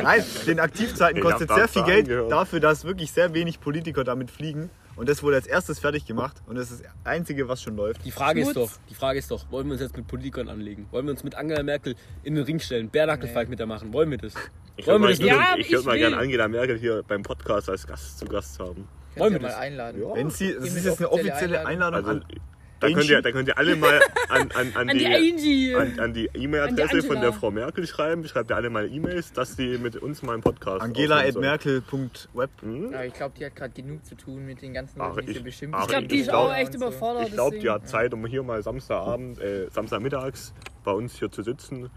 S4: Nein, den Aktivzeiten
S2: Ich
S4: kostet
S2: hab
S4: sehr
S2: das
S4: viel
S2: da
S4: Geld
S2: angehört.
S4: dafür, dass wirklich sehr wenig Politiker damit fliegen. Und das wurde als erstes fertig gemacht und das ist das Einzige, was schon läuft.
S1: Die Frage ist
S5: Schmutz.
S1: doch, die Frage ist doch, wollen wir uns jetzt mit Politikern anlegen? Wollen wir uns mit Angela Merkel in den Ring stellen? Bärnackelfalk mit der machen? Wollen wir das?
S2: Ich
S1: Wollen
S2: würde
S1: wir
S2: mal,
S1: das wirklich?
S2: ich
S5: Ja,
S2: würd, ich würd
S5: ich
S2: mal
S5: will.
S2: gerne Angela Merkel hier beim Podcast als Gast zu Gast haben.
S3: Wollen
S1: Wollen
S3: wir
S1: wir
S3: mal
S1: das?
S3: einladen?
S4: Wenn sie, das
S3: Hiermit
S4: ist jetzt eine
S3: Oh, offizielle
S4: offizielle Einladung
S2: Also,
S4: an
S2: Da könnt, ihr, da könnt ihr alle mal an, an, an,
S5: An die
S2: die,
S5: Angie.
S2: an, an die
S5: An die
S2: E-Mail-Adresse
S5: Angela.
S2: von der Frau Merkel schreiben. Schreibt ihr alle mal E-Mails, dass sie mit uns mal einen Podcast aufnehmen sollen.
S4: Angela.merkel.web.
S2: Hm?
S3: Aber ich glaube, die hat gerade genug zu tun mit den ganzen
S2: Ach,
S3: Leuten, die
S2: ich-
S3: sie beschimpft.
S2: ach,
S5: ich glaube, die
S2: ich
S5: ist
S2: glaub-
S5: auch echt überfordert.
S2: Ich glaube, die
S5: Oh, deswegen.
S2: hat Zeit, um hier mal Samstagabend, äh, Samstagmittags bei uns hier zu sitzen.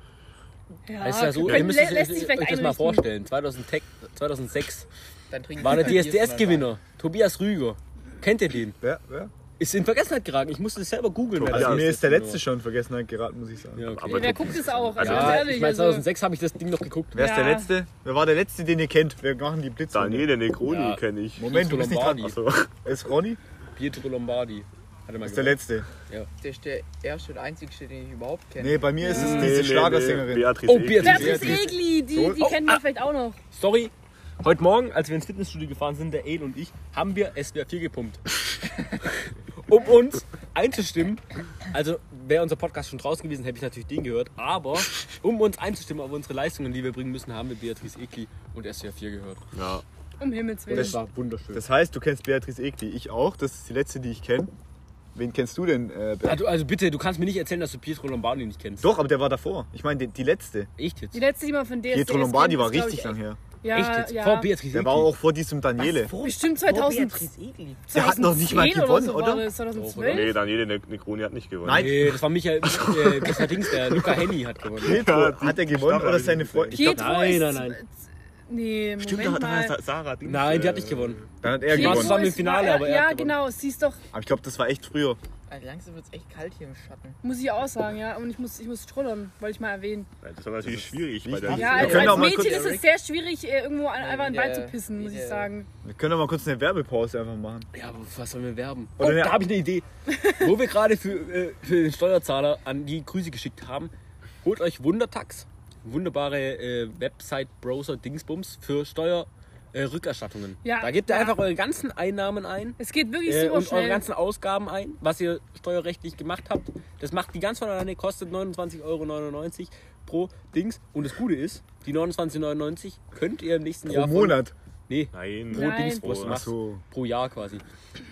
S5: Ja,
S1: Es ist ja so,
S5: können-
S1: also, ihr müsst
S5: Ah, lä-
S1: es-
S5: lässt sich
S1: euch
S5: vielleicht
S1: das mal
S5: einrichten.
S1: vorstellen. 2006, 2006
S3: Dann trinken
S1: war der
S3: die Bier von
S1: DSDS-Gewinner, Tobias Rüger. Kennt ihr den?
S4: Wer? Wer?
S1: Ist in Vergessenheit geraten. Ich musste es selber googeln. wer
S2: Also
S1: das
S4: Also
S2: Ja,
S1: ist.
S4: mir ist der letzte schon vergessen hat geraten, muss ich sagen.
S1: Ja, okay.
S2: Aber
S5: Wer
S2: guck-
S5: guckt es auch? Also,
S2: Also,
S5: ganz
S1: ja,
S5: ehrlich,
S1: ich meine,
S5: also-
S1: 2006 habe ich das Ding noch geguckt.
S4: Wer ist der
S5: Ja.
S4: letzte? Wer war der letzte, den ihr kennt? Wir machen die Blitze.
S2: Daniele Negroni
S1: Ja.
S2: kenne ich.
S4: Moment, du bist nicht dran.
S1: Lombardi.
S2: Achso.
S4: Ist Ronny?
S1: Pietro Lombardi. Hat er mal
S4: Ist der
S1: gesagt.
S4: letzte.
S3: Bayern. Das ist der erste und einzigste, den ich überhaupt kenne.
S4: Nee, bei mir ist es
S2: Nee, nee,
S4: diese
S2: nee,
S4: Schlagersängerin.
S2: Beatrice
S1: Oh,
S2: Egli.
S1: Beatrice
S5: Beatrice Egli, die, die
S4: Oh,
S5: kennen wir vielleicht auch noch.
S1: Sorry, heute Morgen, als wir ins Fitnessstudio gefahren sind, der El und ich, haben wir SWR 4 gepumpt. um uns einzustimmen. Also wäre unser Podcast schon draußen gewesen, hätte ich natürlich den gehört. Aber um uns einzustimmen auf unsere Leistungen, die wir bringen müssen, haben wir Beatrice Egli und SWR 4 gehört.
S2: Ja.
S5: Um Himmels Willen.
S1: Das war wunderschön.
S4: Das heißt, du kennst Beatrice Egli. Ich auch. Das ist die letzte, die ich kenne. Wen kennst du denn? Äh, Beatrice?
S1: also, also bitte, du kannst mir nicht erzählen, dass du Pietro Lombardi nicht kennst.
S4: Doch, aber der war davor. Ich meine, die, die letzte.
S1: Echt jetzt?
S5: die letzte, die man von DSDS
S4: Pietro Lombardi
S5: kennt,
S4: war
S5: ist, glaub
S4: richtig
S5: ich,
S4: lang her.
S5: Ja,
S1: Echt jetzt?
S5: ja.
S1: Vor Beatrice Egli.
S4: Der war auch vor diesem Daniele.
S5: Oh, Bestimmt 2000,
S3: Egli.
S4: Der hat noch nicht mal
S5: 2010
S4: gewonnen,
S5: so
S4: oder?
S5: War das,
S1: Oh,
S5: 2012?
S2: Nee, Daniele Ne- Negroni hat nicht gewonnen.
S4: Nein.
S1: Nee, das war Michael, äh, das war Dings, der Luca Henny hat gewonnen.
S4: Pietro,
S2: Ja, die-
S4: hat er
S2: die
S4: gewonnen
S2: Staffel
S4: oder
S2: hab ich
S4: seine
S2: nicht
S4: Freundin?
S5: Pietro
S1: nein,
S5: ist,
S1: nein, nein.
S5: Nee, Moment
S2: Stimmt, da hat
S5: mal.
S2: da- Sarah Dings,
S1: Nein, die hat
S2: äh,
S1: nicht gewonnen.
S4: Dann hat er
S1: Die waren
S4: gewonnen.
S1: zusammen im
S5: ist-
S1: Finale,
S5: ja,
S1: aber er
S5: Ja,
S1: hat gewonnen.
S5: genau, sie ist doch,
S4: Aber ich glaube, das war echt früher.
S3: Also langsam wird es echt kalt hier im Schatten.
S5: muss ich auch sagen, ja. Und ich muss, ich muss strullern, wollte ich mal erwähnen.
S2: Das ist doch natürlich schwierig bei der
S5: Ja,
S4: Wir
S5: als,
S4: können auch
S5: als
S4: mal
S5: Mädchen
S4: kurz-
S5: ist es sehr schwierig, äh, irgendwo an, einfach in den
S3: der-
S5: Wald zu pissen, muss
S3: wie
S5: ich
S3: der-
S5: sagen.
S4: Wir können doch mal kurz eine Werbepause einfach machen.
S1: Ja, aber was sollen wir werben? Oh,
S4: Oder wir-
S1: da habe ich eine Idee. Wo wir gerade für, äh, für den Steuerzahler an die Grüße geschickt haben, holt euch Wundertax, wunderbare äh, Website-Browser-Dingsbums für Steuerrückerstattungen. Äh, Rückerstattungen.
S5: Ja,
S1: da gebt ihr
S5: ja.
S1: einfach eure ganzen Einnahmen ein
S5: Es geht wirklich
S1: äh,
S5: super
S1: und eure
S5: schnell.
S1: ganzen Ausgaben ein, was ihr steuerrechtlich gemacht habt. Das macht die ganz von alleine, kostet 29,99 Euro pro Dings. Und das Gute ist, die 29,99 könnt ihr im nächsten
S4: Pro
S1: Jahr... von-
S4: Monat.
S1: Nee,
S2: Nein.
S1: pro
S5: Nein.
S1: Dings, was du
S2: Pro-
S1: machst.
S4: so.
S1: Pro Jahr quasi.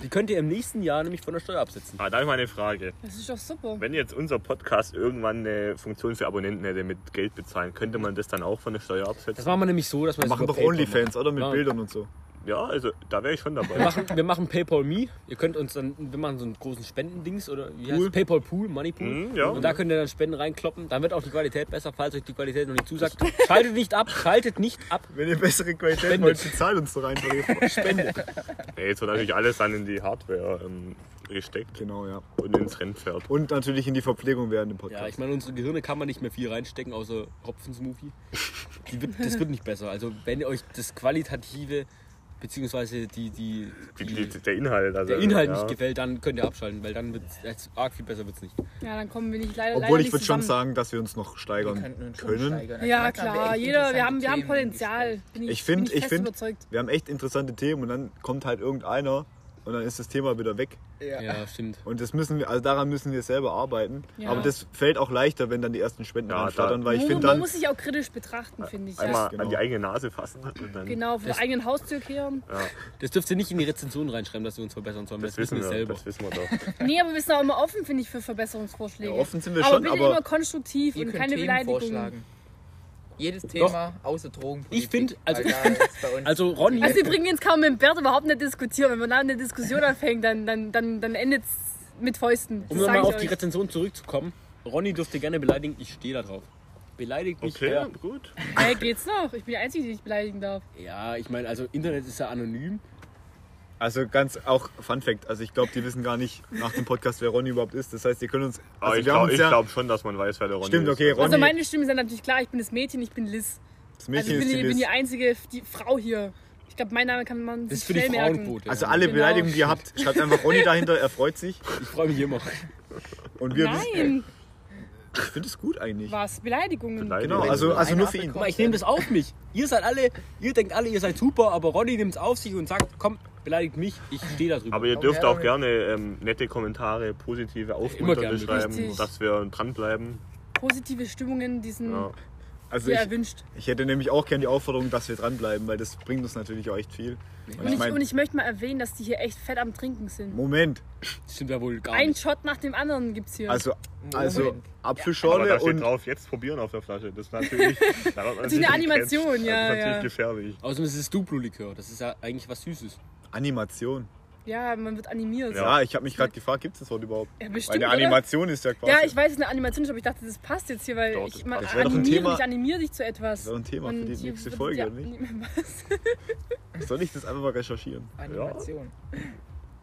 S1: Die könnt ihr im nächsten Jahr nämlich von der Steuer absetzen.
S2: Ah, da habe ich mal eine Frage.
S5: Das ist doch super.
S2: Wenn jetzt unser Podcast irgendwann eine Funktion für Abonnenten hätte mit Geld bezahlen, könnte man das dann auch von der Steuer absetzen?
S1: Das machen wir nämlich so, dass wir das
S4: Machen
S1: über
S4: doch
S1: PayPal
S4: Onlyfans, oder? Mit
S1: Ja.
S4: Bildern und so.
S2: Ja, also da wäre ich schon
S1: Wir
S2: dabei.
S1: machen, wir machen PayPal Me. Ihr könnt uns dann, wir machen so einen großen Spendendings oder wie heißt
S4: Pool.
S1: es? PayPal Pool, Money Pool.
S2: Mhm, ja.
S1: Und da könnt ihr dann Spenden reinkloppen. Dann wird auch die Qualität besser, falls euch die Qualität noch nicht zusagt. Schaltet nicht ab, schaltet nicht ab.
S4: Wenn ihr bessere Qualität
S1: Spendet.
S4: wollt, bezahlt uns doch einfach.
S2: Nee, jetzt wird natürlich alles dann in die Hardware ähm, gesteckt
S4: genau, ja.
S2: und ins Rennpferd.
S4: Und natürlich in die Verpflegung während dem
S1: Ja, ich
S4: Podcast.
S1: meine, unsere Gehirne kann man nicht mehr viel reinstecken, außer Hopfensmoothie. Die wird, das wird nicht besser. Also wenn euch das Qualitative beziehungsweise die, die,
S2: Die, die, der Inhalt. Also,
S1: der Inhalt
S2: ja.
S1: nicht gefällt, dann könnt ihr abschalten, weil dann wird es arg viel besser wird's nicht.
S5: Ja, dann kommen wir nicht leider leider
S4: Obwohl ich
S5: nicht
S4: würde schon
S5: zusammen.
S4: sagen, dass wir uns noch steigern können.
S3: steigern.
S5: Ja,
S3: Manchmal haben wir
S5: klar,
S3: echt
S5: jeder,
S3: interessante
S5: wir haben, wir
S3: Themen
S5: haben
S3: im Gespräch.
S5: Potenzial. Bin
S4: Ich
S5: bin
S4: finde, ich
S5: fest
S4: finde,
S5: überzeugt.
S4: wir haben echt interessante Themen und dann kommt halt irgendeiner und dann ist das Thema wieder weg.
S1: Ja, stimmt.
S4: Und das müssen wir, also daran müssen wir selber arbeiten.
S5: Ja.
S4: Aber das fällt auch leichter, wenn dann die ersten Spenden
S2: Ja,
S4: reinflattern,
S2: da-
S4: weil ich
S5: man,
S4: finde
S5: man
S4: dann,
S5: muss sich auch kritisch betrachten, finde ich.
S2: Einmal
S5: Ja.
S4: genau.
S2: an die eigene Nase fassen. Und dann,
S5: Genau, vor der eigenen Haustür kehren.
S1: Das dürft ihr nicht in die Rezension reinschreiben, dass wir uns verbessern sollen. Das,
S2: Das wissen wir,
S1: selber.
S2: das wissen wir doch.
S5: Nee, aber wir sind auch immer offen, finde ich, für Verbesserungsvorschläge.
S4: Ja, offen sind wir
S5: aber
S4: schon,
S5: bitte
S4: aber-
S5: immer konstruktiv
S3: Ihr
S5: und
S3: könnt
S5: keine
S3: Themen
S5: Beleidigungen.
S3: vorschlagen. Jedes Thema außer Drogen.
S1: Ich find, also-
S3: bei uns
S1: also Ronny,
S5: Also wir bringen jetzt kaum mit dem Bert überhaupt nicht diskutieren. Wenn man da eine Diskussion anfängt, dann, dann, dann, dann endet es mit Fäusten.
S1: um
S5: Das sag
S1: nochmal
S5: ich
S1: auf die
S5: euch.
S1: Rezension zurückzukommen. Ronny dürfte gerne beleidigen, ich stehe da drauf. Beleidigt mich.
S2: Okay,
S1: wer-
S2: gut.
S4: Also
S5: Hey, geht's noch? Ich bin die Einzige, die ich beleidigen darf.
S1: Ja, ich meine, also Internet ist ja anonym.
S4: also ganz auch Fun Fact, also ich glaube, die wissen gar nicht nach dem Podcast, wer Ronny überhaupt ist. Das heißt, ihr könnt uns,
S2: Aber
S4: also
S2: Ah, ich
S4: wir haben
S2: glaube
S4: uns ja,
S2: glaub schon, dass man weiß, wer der Ronny
S4: Stimmt,
S2: ist.
S4: okay, Ronny-
S5: Also meine Stimmen sind natürlich klar, ich bin das Mädchen, ich bin Liz.
S4: das
S5: Also
S4: Mädchen
S5: ich bin
S4: ist
S5: die,
S4: die,
S5: bin
S4: Liz.
S5: die einzige die Frau hier. Ich glaube, mein Name kann man
S1: Das ist
S5: sich
S1: für die
S5: schnell merken.
S1: Frauenquote.
S4: Also
S1: ja.
S4: alle
S5: Genau.
S4: Beleidigungen, die ihr habt, schreibt einfach Ronny dahinter, er freut sich.
S1: Ich freue mich immer.
S4: Und wir
S5: Nein,
S4: ich finde es gut eigentlich.
S5: was? Beleidigungen.
S2: Beleidigung.
S4: Genau, also, also
S3: Eine
S4: nur für
S3: Apfel
S4: ihn.
S1: Guck mal, ich nehme das auf mich. Ihr seid alle, ihr denkt alle, ihr seid super, aber Ronny nimmt es auf sich und sagt, komm, beleidigt mich, ich stehe da drüber.
S2: Aber ihr
S3: Komm
S2: dürft
S3: her
S2: auch gerne ähm, nette Kommentare, positive,
S1: Immer gerne.
S2: aufmunternde schreiben,
S5: Richtig.
S2: dass wir dranbleiben.
S5: Mhm. Positive Stimmungen, diesen
S2: Ja.
S4: Also
S5: Dir
S4: ich,
S5: erwünscht.
S4: ich hätte nämlich auch gerne die Aufforderung, dass wir dranbleiben, weil das bringt uns natürlich auch echt viel. Und
S5: Und
S4: ich
S5: ich, und
S4: meine,
S5: ich möchte mal erwähnen, dass die hier echt fett am Trinken sind.
S4: Moment,
S1: Das stimmt ja wohl gar
S5: Ein
S1: nicht.
S5: Shot nach dem anderen gibt's hier.
S4: also, also
S3: Moment.
S2: Aber
S4: Apfelschorle
S2: da steht
S4: und
S2: drauf, jetzt probieren auf der Flasche. Das ist natürlich. da hat man
S5: Das ist
S2: sich
S5: eine
S2: gekränzt.
S5: Animation,
S2: Das ist
S5: ja,
S2: natürlich
S5: ja.
S2: gefährlich.
S1: Außerdem ist es Duplo-Likör. Das ist ja eigentlich was Süßes.
S4: Animation.
S5: ja, man wird animiert.
S2: Ja.
S5: Ja,
S4: Ja, ich habe mich gerade gefragt, gibt es das Wort überhaupt?
S5: bestimmt.
S4: Weil eine
S5: oder?
S4: Animation ist ja quasi.
S5: Ja, ich weiß, es ist eine Animation, ist, aber ich dachte, das passt jetzt hier, weil
S2: Doch, das
S5: ich man
S2: passt.
S4: Das wär doch ein
S5: animiere
S4: Thema-
S5: mich, animiere dich zu etwas.
S4: Das wär ein Thema für
S5: Und
S4: die
S5: hier
S4: nächste
S5: wird
S4: Folge,
S5: ja-
S4: oder nicht?
S5: Was?
S4: Soll ich das einfach mal recherchieren?
S3: Animation.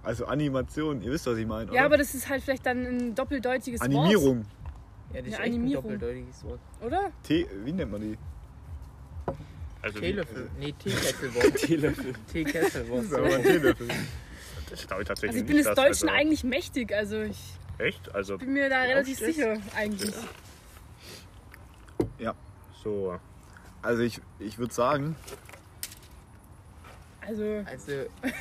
S4: Also Animation, ihr wisst, was ich meine.
S5: Ja, aber
S4: oder?
S5: das ist halt vielleicht dann ein doppeldeutiges
S4: Animierung.
S3: Ja, das ist
S5: Eine
S3: echt ein
S5: Animierung.
S3: doppeldeutiges Wort.
S5: Wort, oder?
S4: Tee, wie nennt man die?
S2: Also, wie-
S3: Teelöffel. Nee, Teekesselwort.
S1: Teelöffel.
S3: Teekesselwort.
S4: Das ist aber ein Teelöffel.
S2: das glaube ich tatsächlich
S5: Also ich bin
S2: nicht.
S5: des
S2: dass-
S5: Deutschen
S2: also,
S5: eigentlich mächtig, also ich
S2: Echt? Also,
S5: bin mir da relativ
S2: Glaubst
S5: sicher eigentlich.
S2: so.
S4: Also ich, ich würde sagen,
S5: Also
S3: Also,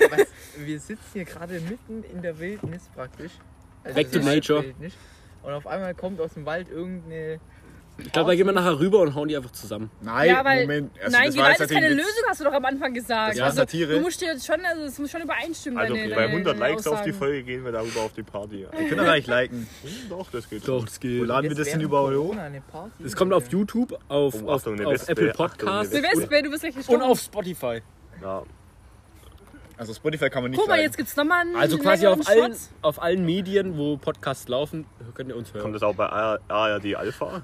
S3: was, wir sitzen hier gerade mitten in der Wildnis praktisch. Also
S1: Back to
S3: das ist
S1: nature.
S3: Wildnis. Und auf einmal kommt aus dem Wald irgendeine.
S1: Ich glaube, da gehen wir nachher rüber und hauen die einfach zusammen.
S4: nein,
S5: ja, weil
S4: Moment. Also
S5: nein,
S4: das war
S5: Gewalt
S4: jetzt
S5: ist
S4: natürlich
S5: keine
S4: ein Witz.
S5: Lösung, hast du doch am Anfang gesagt.
S4: Das war
S5: also,
S4: Satire.
S5: Du musst dir jetzt schon, also es muss schon übereinstimmen.
S2: Also,
S5: deine,
S2: bei
S5: deine,
S2: 100
S5: deine
S2: Likes auf
S5: Aussagen.
S2: die Folge gehen wir darüber auf die Party.
S4: Wir können gleich liken.
S2: Hm, Doch, das geht
S1: Doch, das
S4: Wo
S1: geht.
S4: laden wir
S3: Jetzt
S4: das denn
S3: während
S4: überall hoch?
S3: Corona eine Party.
S1: Es kommt auf YouTube, auf,
S2: Oh,
S1: auf,
S2: Achtung, eine
S1: auf
S2: Wespe,
S1: Apple
S2: Achtung, eine
S1: Podcasts
S2: Wespe.
S5: Silvester, du bist gleich
S1: und
S5: gestorben.
S1: auf Spotify.
S2: Ja.
S4: Also Spotify kann man nicht
S5: Guck mal,
S4: liken.
S5: jetzt gibt's nochmal einen
S1: Also quasi auf
S5: längeren
S1: allen,
S5: Shot.
S1: auf allen Medien, wo Podcasts laufen, könnt ihr uns
S2: Kommt
S1: hören.
S2: das auch bei AR- ARD Alpha?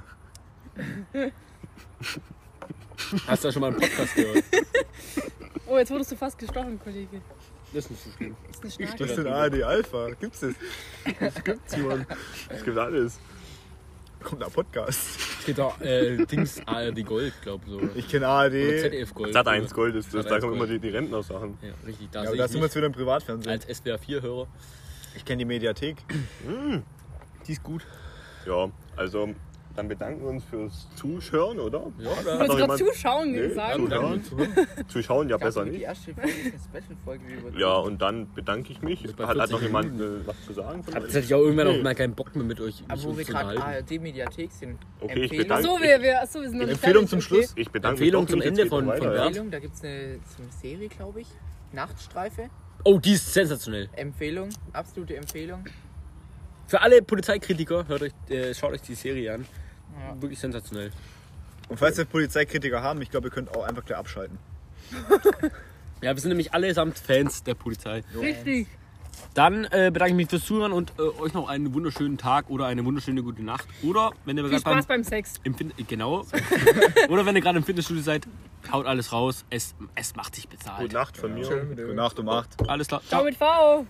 S1: Hast du ja schon mal einen Podcast gehört?
S5: Oh, jetzt wurdest du fast gestochen, Kollege.
S1: Das ist nicht so schlimm.
S5: Das ist eine
S1: Ich-
S5: Schnarche.
S4: Das ist ein ARD Alpha. Gibt's das?
S2: Es gibt alles.
S4: Kommt da Podcast.
S1: Es geht auch äh, Dings ARD Gold, glaube so.
S4: Ich kenne ARD.
S1: Oder
S5: E
S4: Ja,
S1: ZDF Gold.
S2: Sat 1 Gold ist das.
S1: Sat.1
S2: Da kommen immer
S1: Gold.
S2: die, die Rentner-Sachen.
S1: Ja, richtig. Da
S4: aber
S1: sehe
S4: da
S1: Also ich
S4: sind wir jetzt
S1: mich
S4: wieder im Privatfernsehen.
S1: als SWR 4-Hörer.
S4: Ich kenne die Mediathek.
S1: Die ist gut.
S2: Ja, also dann bedanken wir uns fürs Zuschauen, oder?
S1: Ja,
S5: Du
S1: da
S2: Hat
S5: wolltest
S2: noch
S5: gerade
S2: jemand-
S5: zuschauen
S2: Nee,
S5: gesagt.
S2: gut.
S1: Danke zuhören.
S2: Zuschauen ja besser
S3: Die
S2: nicht.
S3: erste Folge ist eine Special-Folge. die wir-
S2: Ja, und dann bedanke ich mich.
S1: Ist Also bei
S2: Hat, hat
S1: 40
S2: noch jemand äh, was zu sagen? Von
S1: Jetzt
S2: euch?
S1: hätte ich auch irgendwann auch mal keinen Bock mehr mit euch
S3: Aber
S1: mich
S3: wo wir
S1: uns zu
S3: gerade
S1: unterhalten.
S3: ARD-Mediathek sind.
S2: Okay, ich
S3: Empfehlung.
S2: bedanke
S5: Achso, wir, wir, achso, wir sind noch nicht
S4: Empfehlung
S5: fertig,
S4: zum
S5: okay.
S4: Schluss.
S2: Ich bedanke
S1: Empfehlung
S2: mich.
S1: zum
S2: Jetzt
S1: Ende
S2: geht's
S1: von-
S2: wieder
S1: von
S2: weiter.
S1: Bernd.
S3: Empfehlung, da gibt es eine, so eine Serie, glaube ich. Nachtstreife.
S1: Oh, die ist sensationell.
S3: Empfehlung, absolute Empfehlung.
S1: Für alle Polizeikritiker, hört euch, äh, schaut euch die Serie an. Wirklich sensationell.
S4: Und falls wir Polizeikritiker haben, ich glaube, ihr könnt auch einfach gleich abschalten.
S1: Ja, wir sind nämlich allesamt Fans der Polizei.
S5: Richtig.
S1: Dann äh, bedanke ich mich fürs Zuhören und äh, euch noch einen wunderschönen Tag oder eine wunderschöne gute Nacht. Oder wenn ihr
S5: Viel
S1: gerade beim,
S5: Spaß beim Sex.
S1: im Fit äh, genau. oder wenn ihr gerade im Fitnessstudio seid, haut alles raus. Es, es macht sich bezahlt.
S2: Gute Nacht von mir.
S4: Gute Nacht um 8.
S1: Alles klar.
S5: Ciao
S1: Ciao.
S5: mit V.